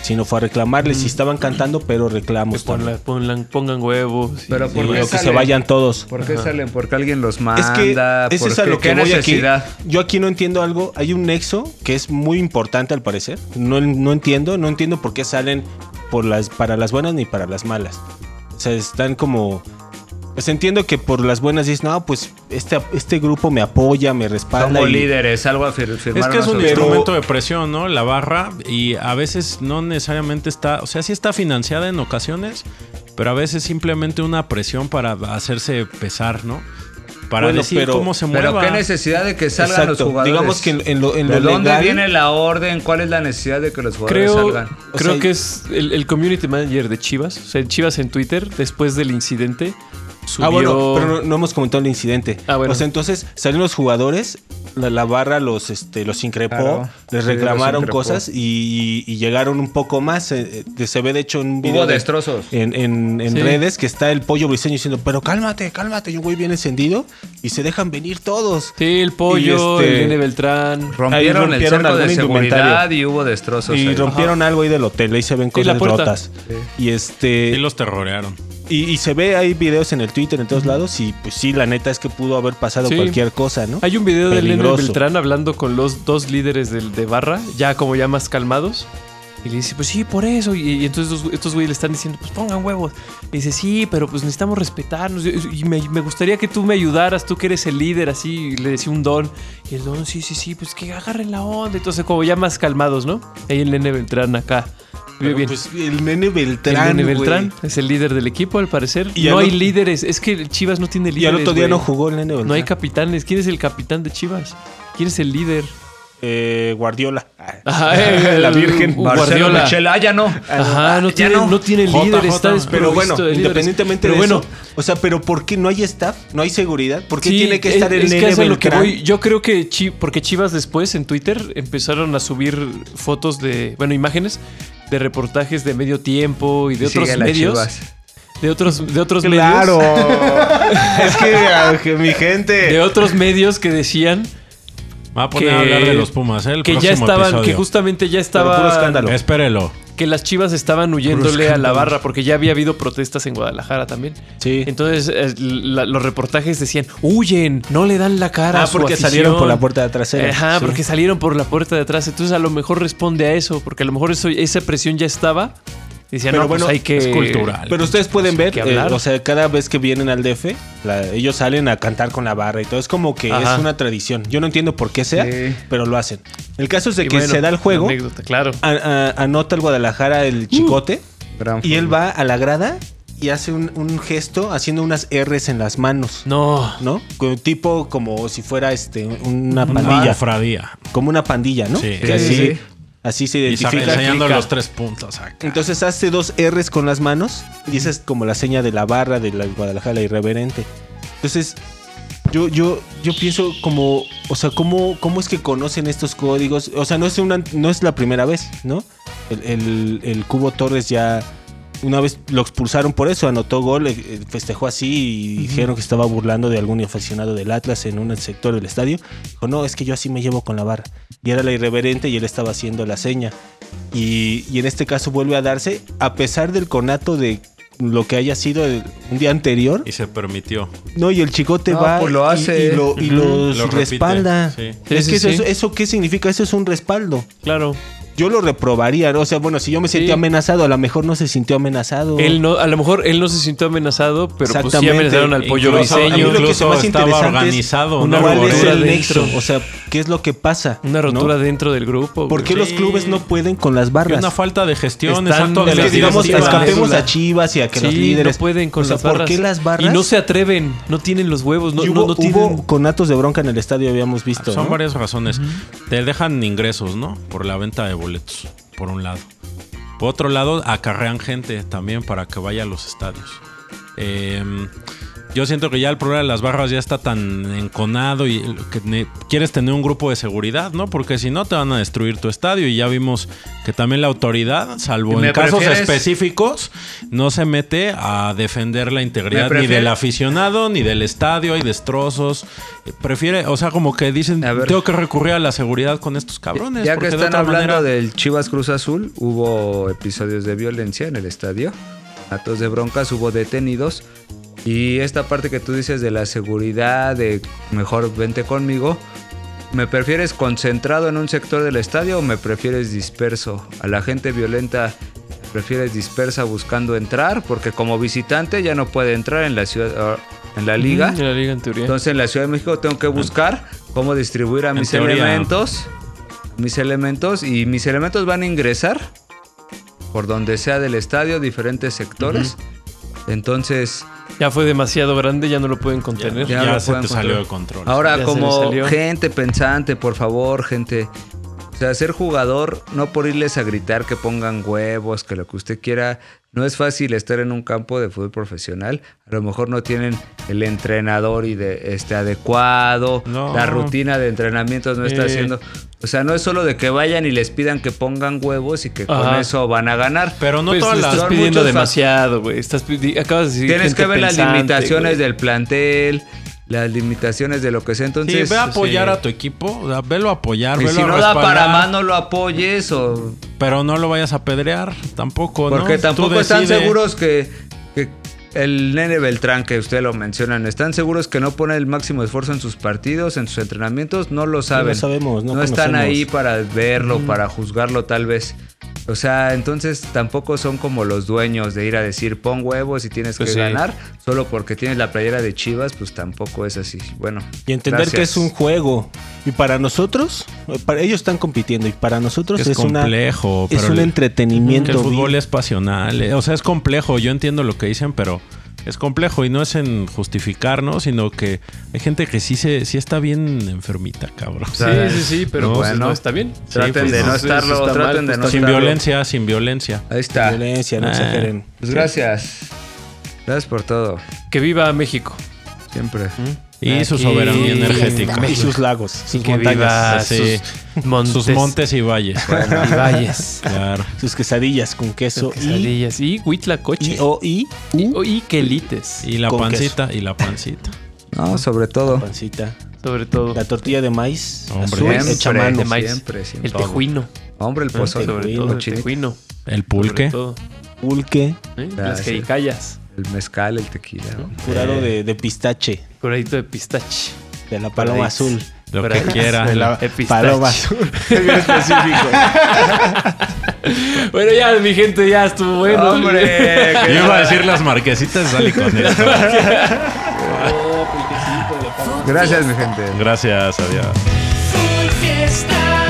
Speaker 6: sino fue a reclamarles. Y estaban cantando, pero reclamos. también.
Speaker 1: Ponla- ponlan- pongan huevos. y-
Speaker 7: Pero
Speaker 1: y-
Speaker 7: por
Speaker 6: Digo,
Speaker 7: qué
Speaker 6: que se
Speaker 7: salen?
Speaker 6: vayan todos.
Speaker 7: ¿Por qué salen? Porque alguien los
Speaker 6: Es que
Speaker 7: manda.
Speaker 6: eso
Speaker 7: ¿Por
Speaker 6: es a
Speaker 7: qué?
Speaker 6: lo que
Speaker 7: ¿Qué
Speaker 6: voy aquí.
Speaker 7: necesidad?
Speaker 6: Yo aquí no entiendo algo. Hay un nexo que es muy importante al parecer. No, no entiendo, no entiendo por qué salen por las, para las buenas ni para las malas. O sea, están como... Pues entiendo que por las buenas dices, no, pues este, este grupo me apoya, me respalda.
Speaker 7: Somos
Speaker 6: y-
Speaker 7: líderes, algo a fir- firmar.
Speaker 3: Es que es
Speaker 7: una
Speaker 3: un
Speaker 7: asociación.
Speaker 3: instrumento de presión, ¿no? La barra. Y a veces no necesariamente está. O sea, sí está financiada en ocasiones. Pero a veces simplemente una presión para hacerse pesar, ¿no? Para
Speaker 6: Bueno,
Speaker 3: decir
Speaker 6: pero-
Speaker 3: cómo se
Speaker 7: Pero
Speaker 3: mueva.
Speaker 7: qué necesidad de que salgan
Speaker 6: Exacto.
Speaker 7: los jugadores.
Speaker 6: Digamos que en, en lo, en lo
Speaker 7: ¿De dónde
Speaker 6: legal-
Speaker 7: viene la orden? ¿Cuál es la necesidad de que los jugadores
Speaker 1: Creo,
Speaker 7: salgan?
Speaker 6: O
Speaker 1: creo
Speaker 6: sea,
Speaker 1: que es el, el community manager de Chivas. O sea, Chivas en Twitter, después del incidente, subió.
Speaker 6: Ah, bueno, pero no, no hemos comentado el incidente.
Speaker 1: Ah, bueno.
Speaker 6: O sea, entonces salieron los jugadores, la, la barra los, este, los increpó,
Speaker 7: Claro.
Speaker 6: les
Speaker 7: Sí, los
Speaker 6: reclamaron
Speaker 7: increpó.
Speaker 6: cosas y, y llegaron un poco más. eh, eh, se ve de hecho en un video.
Speaker 7: Hubo
Speaker 6: de-
Speaker 7: destrozos.
Speaker 6: en, en- en
Speaker 1: Sí.
Speaker 6: redes que está el pollo briseño diciendo, pero cálmate, cálmate, y un güey bien encendido y se dejan venir todos.
Speaker 1: Sí, el pollo,
Speaker 6: Y este-
Speaker 1: el Nene Beltrán.
Speaker 7: Rompieron,
Speaker 6: Ahí
Speaker 7: el
Speaker 6: rompieron
Speaker 7: cerco de
Speaker 6: algún
Speaker 7: seguridad
Speaker 6: indumentario.
Speaker 7: y hubo destrozos.
Speaker 6: Y
Speaker 7: ahí.
Speaker 6: rompieron algo ahí del hotel, ahí se ven
Speaker 1: Sí, la
Speaker 6: cosas
Speaker 1: puerta.
Speaker 6: rotas. Y este.
Speaker 3: Y los terrorearon.
Speaker 6: Y, y se ve, hay videos en el Twitter en todos lados y pues sí, la neta es que pudo haber pasado
Speaker 1: Sí.
Speaker 6: cualquier cosa, ¿no?
Speaker 1: Hay un video del Nene
Speaker 6: Peligroso.
Speaker 1: Beltrán hablando con los dos líderes del, de barra, ya como ya más calmados. Y le dice, pues sí, por eso. Y, y entonces estos, estos güeyes le están diciendo, pues pongan huevos. Le dice, sí, pero pues necesitamos respetarnos. Y, y me, me gustaría que tú me ayudaras, tú que eres el líder, así. Y le decía un don. Y el don, sí, sí, sí, pues que agarren la onda. Entonces como ya más calmados, ¿no? Ahí el Nene Beltrán acá. Muy
Speaker 6: Pero,
Speaker 1: bien.
Speaker 6: Pues el nene
Speaker 1: El
Speaker 6: Beltrán.
Speaker 1: Nene
Speaker 6: güey.
Speaker 1: Beltrán es el líder del equipo, al parecer.
Speaker 6: Y
Speaker 1: no
Speaker 6: al
Speaker 1: hay
Speaker 6: ot-
Speaker 1: líderes. Es que Chivas no tiene
Speaker 6: Y
Speaker 1: líderes.
Speaker 6: al otro día
Speaker 1: güey.
Speaker 6: no jugó el nene Beltrán.
Speaker 1: No hay capitanes. ¿Quién es el capitán de Chivas? ¿Quién es el líder?
Speaker 6: Eh, Guardiola.
Speaker 1: Ah,
Speaker 6: Ah, eh,
Speaker 1: La Virgen
Speaker 7: Marcelo
Speaker 1: Guardiola.
Speaker 7: Michel, ah, ya no.
Speaker 1: Ajá, no
Speaker 7: Ya
Speaker 1: tiene,
Speaker 7: no.
Speaker 1: no. tiene
Speaker 3: JJ,
Speaker 1: líder, está
Speaker 3: pero
Speaker 6: Pero
Speaker 1: desprovisto
Speaker 6: bueno,
Speaker 1: de líderes.
Speaker 6: independientemente
Speaker 1: Pero
Speaker 6: de
Speaker 1: bueno,
Speaker 6: eso. O sea, pero ¿por qué no hay staff? ¿No hay seguridad? ¿Por qué
Speaker 1: sí,
Speaker 6: tiene que
Speaker 1: es-
Speaker 6: estar el
Speaker 1: es que
Speaker 6: nene
Speaker 1: es a lo que
Speaker 6: Beltrán?
Speaker 1: voy. Yo creo que Chi- porque Chivas después en Twitter empezaron a subir fotos de, bueno, imágenes de reportajes de medio tiempo y de
Speaker 7: Sigue
Speaker 1: otros
Speaker 7: las
Speaker 1: medios,
Speaker 7: Chivas.
Speaker 1: de otros de otros medios.
Speaker 6: Claro. es que, ah, que mi gente.
Speaker 1: de otros medios que decían
Speaker 3: Va a
Speaker 1: que,
Speaker 3: poner a hablar de los Pumas, ¿eh? El
Speaker 1: que ya
Speaker 3: próximo
Speaker 1: estaban, que
Speaker 3: episodio.
Speaker 1: justamente ya
Speaker 6: Pero puro
Speaker 1: estaban
Speaker 6: escándalo.
Speaker 3: Espérelo.
Speaker 1: que las Chivas estaban huyéndole a la barra porque ya había habido protestas en Guadalajara también.
Speaker 6: Sí.
Speaker 1: Entonces eh, la- los reportajes decían, huyen, no le dan la cara. a
Speaker 6: Ah,
Speaker 1: su
Speaker 6: porque
Speaker 1: afición".
Speaker 6: salieron por la puerta de trasera.
Speaker 1: Ajá,
Speaker 6: Sí.
Speaker 1: porque salieron por la puerta de atrás. Entonces a lo mejor responde a eso, porque a lo mejor eso- esa presión ya estaba. Decían,
Speaker 6: Pero
Speaker 1: no, pues
Speaker 6: bueno,
Speaker 1: hay que...
Speaker 3: es cultural.
Speaker 6: Pero ustedes pueden ver,
Speaker 1: pues, que
Speaker 6: eh,
Speaker 1: hablar.
Speaker 6: o sea, cada vez que vienen al DF, la- ellos salen a cantar con la barra y todo. Es como que
Speaker 1: Ajá.
Speaker 6: es una tradición. Yo no entiendo por qué sea,
Speaker 7: Sí.
Speaker 6: pero lo hacen. El caso es de
Speaker 1: Y
Speaker 6: que
Speaker 1: bueno,
Speaker 6: se da el juego,
Speaker 1: la anécdota, claro.
Speaker 6: a- a- anota el Guadalajara
Speaker 3: Mm.
Speaker 6: el chicote,
Speaker 7: Gran
Speaker 6: y él
Speaker 7: fútbol.
Speaker 6: va a la grada y hace un, un gesto haciendo unas R's en las manos.
Speaker 1: No.
Speaker 6: ¿No? Con- Tipo como si fuera este,
Speaker 3: Una
Speaker 6: una pandilla.
Speaker 3: cofradía.
Speaker 6: como una pandilla, ¿no?
Speaker 3: Sí.
Speaker 6: Que así,
Speaker 7: Sí.
Speaker 6: así se
Speaker 3: Y sa-
Speaker 6: identifica.
Speaker 3: enseñando
Speaker 1: clica.
Speaker 3: los tres puntos acá.
Speaker 6: Entonces hace dos R's con las manos y esa es como la seña de la barra de la Guadalajara irreverente. Entonces, yo, yo, yo pienso como, o sea, ¿cómo, cómo es que conocen estos códigos? O sea, no es, una, no es la primera vez, ¿no? El, el- el Cubo Torres ya una vez lo expulsaron por eso, anotó gol, eh, eh, festejó así y dijeron que estaba burlando de algún aficionado del Atlas en un sector del estadio. Dijo, no, es que yo así me llevo con la barra. Y era la irreverente y él estaba haciendo la seña. Y, y en este caso vuelve a darse, a pesar del conato de lo que haya sido el- un día anterior.
Speaker 3: Y se permitió.
Speaker 6: No, y el chicote
Speaker 7: No,
Speaker 6: va
Speaker 7: pues lo
Speaker 6: y-
Speaker 7: hace.
Speaker 6: y, lo, y
Speaker 3: Ujú.
Speaker 6: lo
Speaker 3: Lo repite,
Speaker 6: respalda.
Speaker 3: sí.
Speaker 1: Sí,
Speaker 6: Es
Speaker 1: sí,
Speaker 6: que eso,
Speaker 1: sí.
Speaker 6: eso- eso qué significa, eso es un respaldo.
Speaker 1: Claro.
Speaker 6: Yo lo reprobaría, ¿no? o sea, bueno, si yo me sentí
Speaker 1: Sí.
Speaker 6: amenazado, a lo mejor no se sintió amenazado.
Speaker 1: Él no, a lo mejor él no se sintió amenazado, pero pues sí
Speaker 6: Exactamente.
Speaker 1: amenazaron al pollo
Speaker 3: Incluso-
Speaker 6: a mí
Speaker 1: briseño.
Speaker 6: lo que se me
Speaker 3: Incluso
Speaker 6: hace
Speaker 3: estaba
Speaker 6: interesante es
Speaker 3: organizado.
Speaker 1: una
Speaker 3: ¿no?
Speaker 6: ¿Cuál es
Speaker 1: rotura
Speaker 6: el
Speaker 1: dentro.
Speaker 6: nexo? O sea, ¿qué es lo que pasa?
Speaker 1: Una
Speaker 6: ¿No?
Speaker 1: rotura dentro del grupo.
Speaker 6: ¿Por qué
Speaker 1: güey.
Speaker 6: los
Speaker 3: Sí.
Speaker 6: clubes no pueden con las
Speaker 3: Y
Speaker 6: barras?
Speaker 3: una falta de gestión,
Speaker 1: Están-
Speaker 3: exacto. de
Speaker 1: de
Speaker 6: Es que,
Speaker 1: las
Speaker 3: las
Speaker 6: digamos,
Speaker 1: directivas.
Speaker 6: escapemos
Speaker 1: La-
Speaker 6: a Chivas y a que los
Speaker 1: Sí,
Speaker 6: líderes.
Speaker 1: no pueden con
Speaker 6: O sea,
Speaker 1: las barras.
Speaker 6: ¿Por qué las
Speaker 1: Y
Speaker 6: barras?
Speaker 1: no se atreven, no tienen los huevos, no,
Speaker 6: Y
Speaker 1: no-
Speaker 6: hubo,
Speaker 1: no tienen...
Speaker 6: hubo conatos de bronca en el estadio, habíamos visto.
Speaker 3: Son
Speaker 6: ¿no?
Speaker 3: varias razones. Te dejan ingresos, ¿no? Por la venta de boletos, por un lado. Por otro lado, acarrean gente también para que vaya a los estadios. Eh, yo siento que ya el problema de las barras ya está tan enconado y que ne- quieres tener un grupo de seguridad, ¿no? Porque si no te van a destruir tu estadio y ya vimos que también la autoridad,
Speaker 7: ¿Y
Speaker 3: salvo
Speaker 7: me
Speaker 3: en casos
Speaker 7: prefieres?
Speaker 3: específicos, no se mete a defender la integridad ni
Speaker 7: prefieres?
Speaker 3: del aficionado ni del estadio, hay destrozos. Eh, Prefiere, o sea, como que dicen,
Speaker 7: A ver.
Speaker 3: tengo que recurrir a la seguridad con estos cabrones.
Speaker 7: Ya que
Speaker 3: porque de
Speaker 7: están
Speaker 3: otra
Speaker 7: hablando
Speaker 3: manera-
Speaker 7: del Chivas Cruz Azul, hubo episodios de violencia en el estadio, atos de broncas, hubo detenidos. Y esta parte que tú dices de la seguridad, de mejor vente conmigo, ¿me prefieres concentrado en un sector del estadio o me prefieres disperso? A la gente violenta prefieres dispersa buscando entrar, porque como visitante ya no puede entrar en la ciudad, en la liga.
Speaker 1: Ujú, Mm, en la liga, en teoría.
Speaker 7: Entonces en la Ciudad de México tengo que buscar cómo distribuir a
Speaker 3: En
Speaker 7: mis
Speaker 3: teoría.
Speaker 7: elementos. Mis elementos. Y mis elementos van a ingresar por donde sea del estadio, diferentes sectores. Entonces,
Speaker 1: ya fue demasiado grande, ya no lo pueden contener.
Speaker 3: Ya
Speaker 7: lo
Speaker 3: se
Speaker 7: pueden
Speaker 3: te salió de control.
Speaker 7: Ahora,
Speaker 1: Ya se le
Speaker 7: como
Speaker 1: salió.
Speaker 7: gente pensante, por favor, gente. O sea, ser jugador, no por irles a gritar que pongan huevos, que lo que usted quiera, No es fácil estar en un campo de fútbol profesional. A lo mejor no tienen el entrenador y de, este, adecuado.
Speaker 3: No.
Speaker 7: La rutina de entrenamientos no está
Speaker 1: Eh.
Speaker 7: haciendo. O sea, no es solo de que vayan y les pidan que pongan huevos y que con
Speaker 1: Ajá.
Speaker 7: eso van a ganar.
Speaker 3: Pero no
Speaker 1: Pues
Speaker 3: todas
Speaker 1: le
Speaker 3: las.
Speaker 1: estás
Speaker 7: son
Speaker 1: pidiendo
Speaker 7: muchos fa-
Speaker 1: demasiado, güey. Estás pidi- acabas de decir
Speaker 7: Tienes
Speaker 1: gente
Speaker 7: que ver las
Speaker 1: pensante,
Speaker 7: limitaciones
Speaker 1: güey.
Speaker 7: del plantel, las limitaciones de lo que sea.
Speaker 3: Sí,
Speaker 7: Entonces,
Speaker 3: ve a apoyar
Speaker 1: sí.
Speaker 3: a tu equipo. o sea, velo a apoyar,
Speaker 7: y
Speaker 3: velo
Speaker 7: si
Speaker 3: a
Speaker 7: no da para
Speaker 3: respaldar,
Speaker 7: más, no lo apoyes o
Speaker 3: Pero no lo vayas a pedrear tampoco, Pues ¿no?
Speaker 7: Porque
Speaker 3: Tú
Speaker 7: tampoco están
Speaker 3: decide.
Speaker 7: seguros que, que el nene Beltrán, que usted lo mencionan, están seguros que no pone el máximo esfuerzo en sus partidos, en sus entrenamientos, no lo saben.
Speaker 6: sabemos, no
Speaker 7: están
Speaker 6: conocemos. Mm.
Speaker 7: ahí para verlo, para juzgarlo tal vez. O sea, entonces tampoco son como los dueños de ir a decir pon huevos y tienes
Speaker 1: Pues
Speaker 7: que
Speaker 1: sí.
Speaker 7: ganar. Solo porque tienes la playera de Chivas, pues tampoco es así. Bueno.
Speaker 6: Y entender que
Speaker 7: gracias.
Speaker 6: es un juego. Y para nosotros, para ellos están compitiendo y para nosotros
Speaker 3: Que
Speaker 6: Pues es,
Speaker 3: es,
Speaker 6: una
Speaker 3: complejo.
Speaker 6: es
Speaker 3: pero
Speaker 6: un
Speaker 3: el-
Speaker 6: entretenimiento.
Speaker 3: que el fútbol es pasional. eh, O sea, es complejo. Yo entiendo lo que dicen, pero es complejo. Y no es en justificarnos, sino que hay gente que sí, se, sí está bien enfermita, cabrón.
Speaker 7: O sea,
Speaker 1: Sí, sí, sí, pero
Speaker 7: no,
Speaker 1: pues,
Speaker 7: bueno.
Speaker 1: no está bien.
Speaker 7: Traten
Speaker 1: pues,
Speaker 7: de no
Speaker 1: eso está
Speaker 7: estarlo,
Speaker 1: mal,
Speaker 7: traten de
Speaker 1: pues,
Speaker 7: no
Speaker 3: sin
Speaker 7: estarlo.
Speaker 3: violencia, sin violencia.
Speaker 7: Ahí está.
Speaker 6: Violencia, no
Speaker 3: Ah.
Speaker 6: exageren.
Speaker 7: Pues gracias. Gracias por todo.
Speaker 1: Que viva México.
Speaker 7: Siempre.
Speaker 3: Y su
Speaker 1: Aquí-
Speaker 3: soberanía
Speaker 5: Sí.
Speaker 3: energética.
Speaker 6: Y sus lagos, sus
Speaker 1: Que viva
Speaker 6: montañas,
Speaker 3: así.
Speaker 1: sus montes.
Speaker 3: Sus montes y valles.
Speaker 1: y valles.
Speaker 3: Claro.
Speaker 6: sus quesadillas con queso
Speaker 1: Sus quesadillas. Y
Speaker 6: y,
Speaker 1: Huitlacoche.
Speaker 6: y, o, y,
Speaker 1: Y-
Speaker 6: u,
Speaker 1: o- Y quelites.
Speaker 3: Y la
Speaker 6: Con
Speaker 3: pancita, y la pancita.
Speaker 7: No, sobre todo.
Speaker 6: pancita,
Speaker 1: Sobre todo.
Speaker 6: la tortilla de maíz,
Speaker 3: Hombre,
Speaker 6: azul,
Speaker 7: Siempre,
Speaker 6: hecha a mano.
Speaker 1: de maíz.
Speaker 7: siempre, siempre.
Speaker 1: El tejuino.
Speaker 7: Hombre, el pozole.
Speaker 1: Sobre
Speaker 6: tejuino,
Speaker 1: todo el
Speaker 7: cochinito,
Speaker 1: tejuino.
Speaker 3: El
Speaker 1: Sobre
Speaker 3: pulque.
Speaker 1: todo.
Speaker 6: pulque,
Speaker 1: ¿eh? Las
Speaker 7: Gracias.
Speaker 1: jericayas.
Speaker 7: el mezcal, el tequila.
Speaker 6: curado de, de pistache,
Speaker 1: Curadito de pistache.
Speaker 6: de la paloma
Speaker 7: Paraíso.
Speaker 6: azul.
Speaker 3: Lo
Speaker 1: Para
Speaker 3: que
Speaker 1: ellos,
Speaker 3: quiera.
Speaker 1: de la-
Speaker 3: la-
Speaker 1: de pistache.
Speaker 6: Paloma azul.
Speaker 1: Bueno, ya, mi gente, ya estuvo bueno.
Speaker 7: Hombre,
Speaker 3: Yo
Speaker 7: que-
Speaker 3: iba a decir las marquesitas, salí con esto.
Speaker 7: gracias, mi gente.
Speaker 3: Gracias, adiós.
Speaker 4: Full fiesta.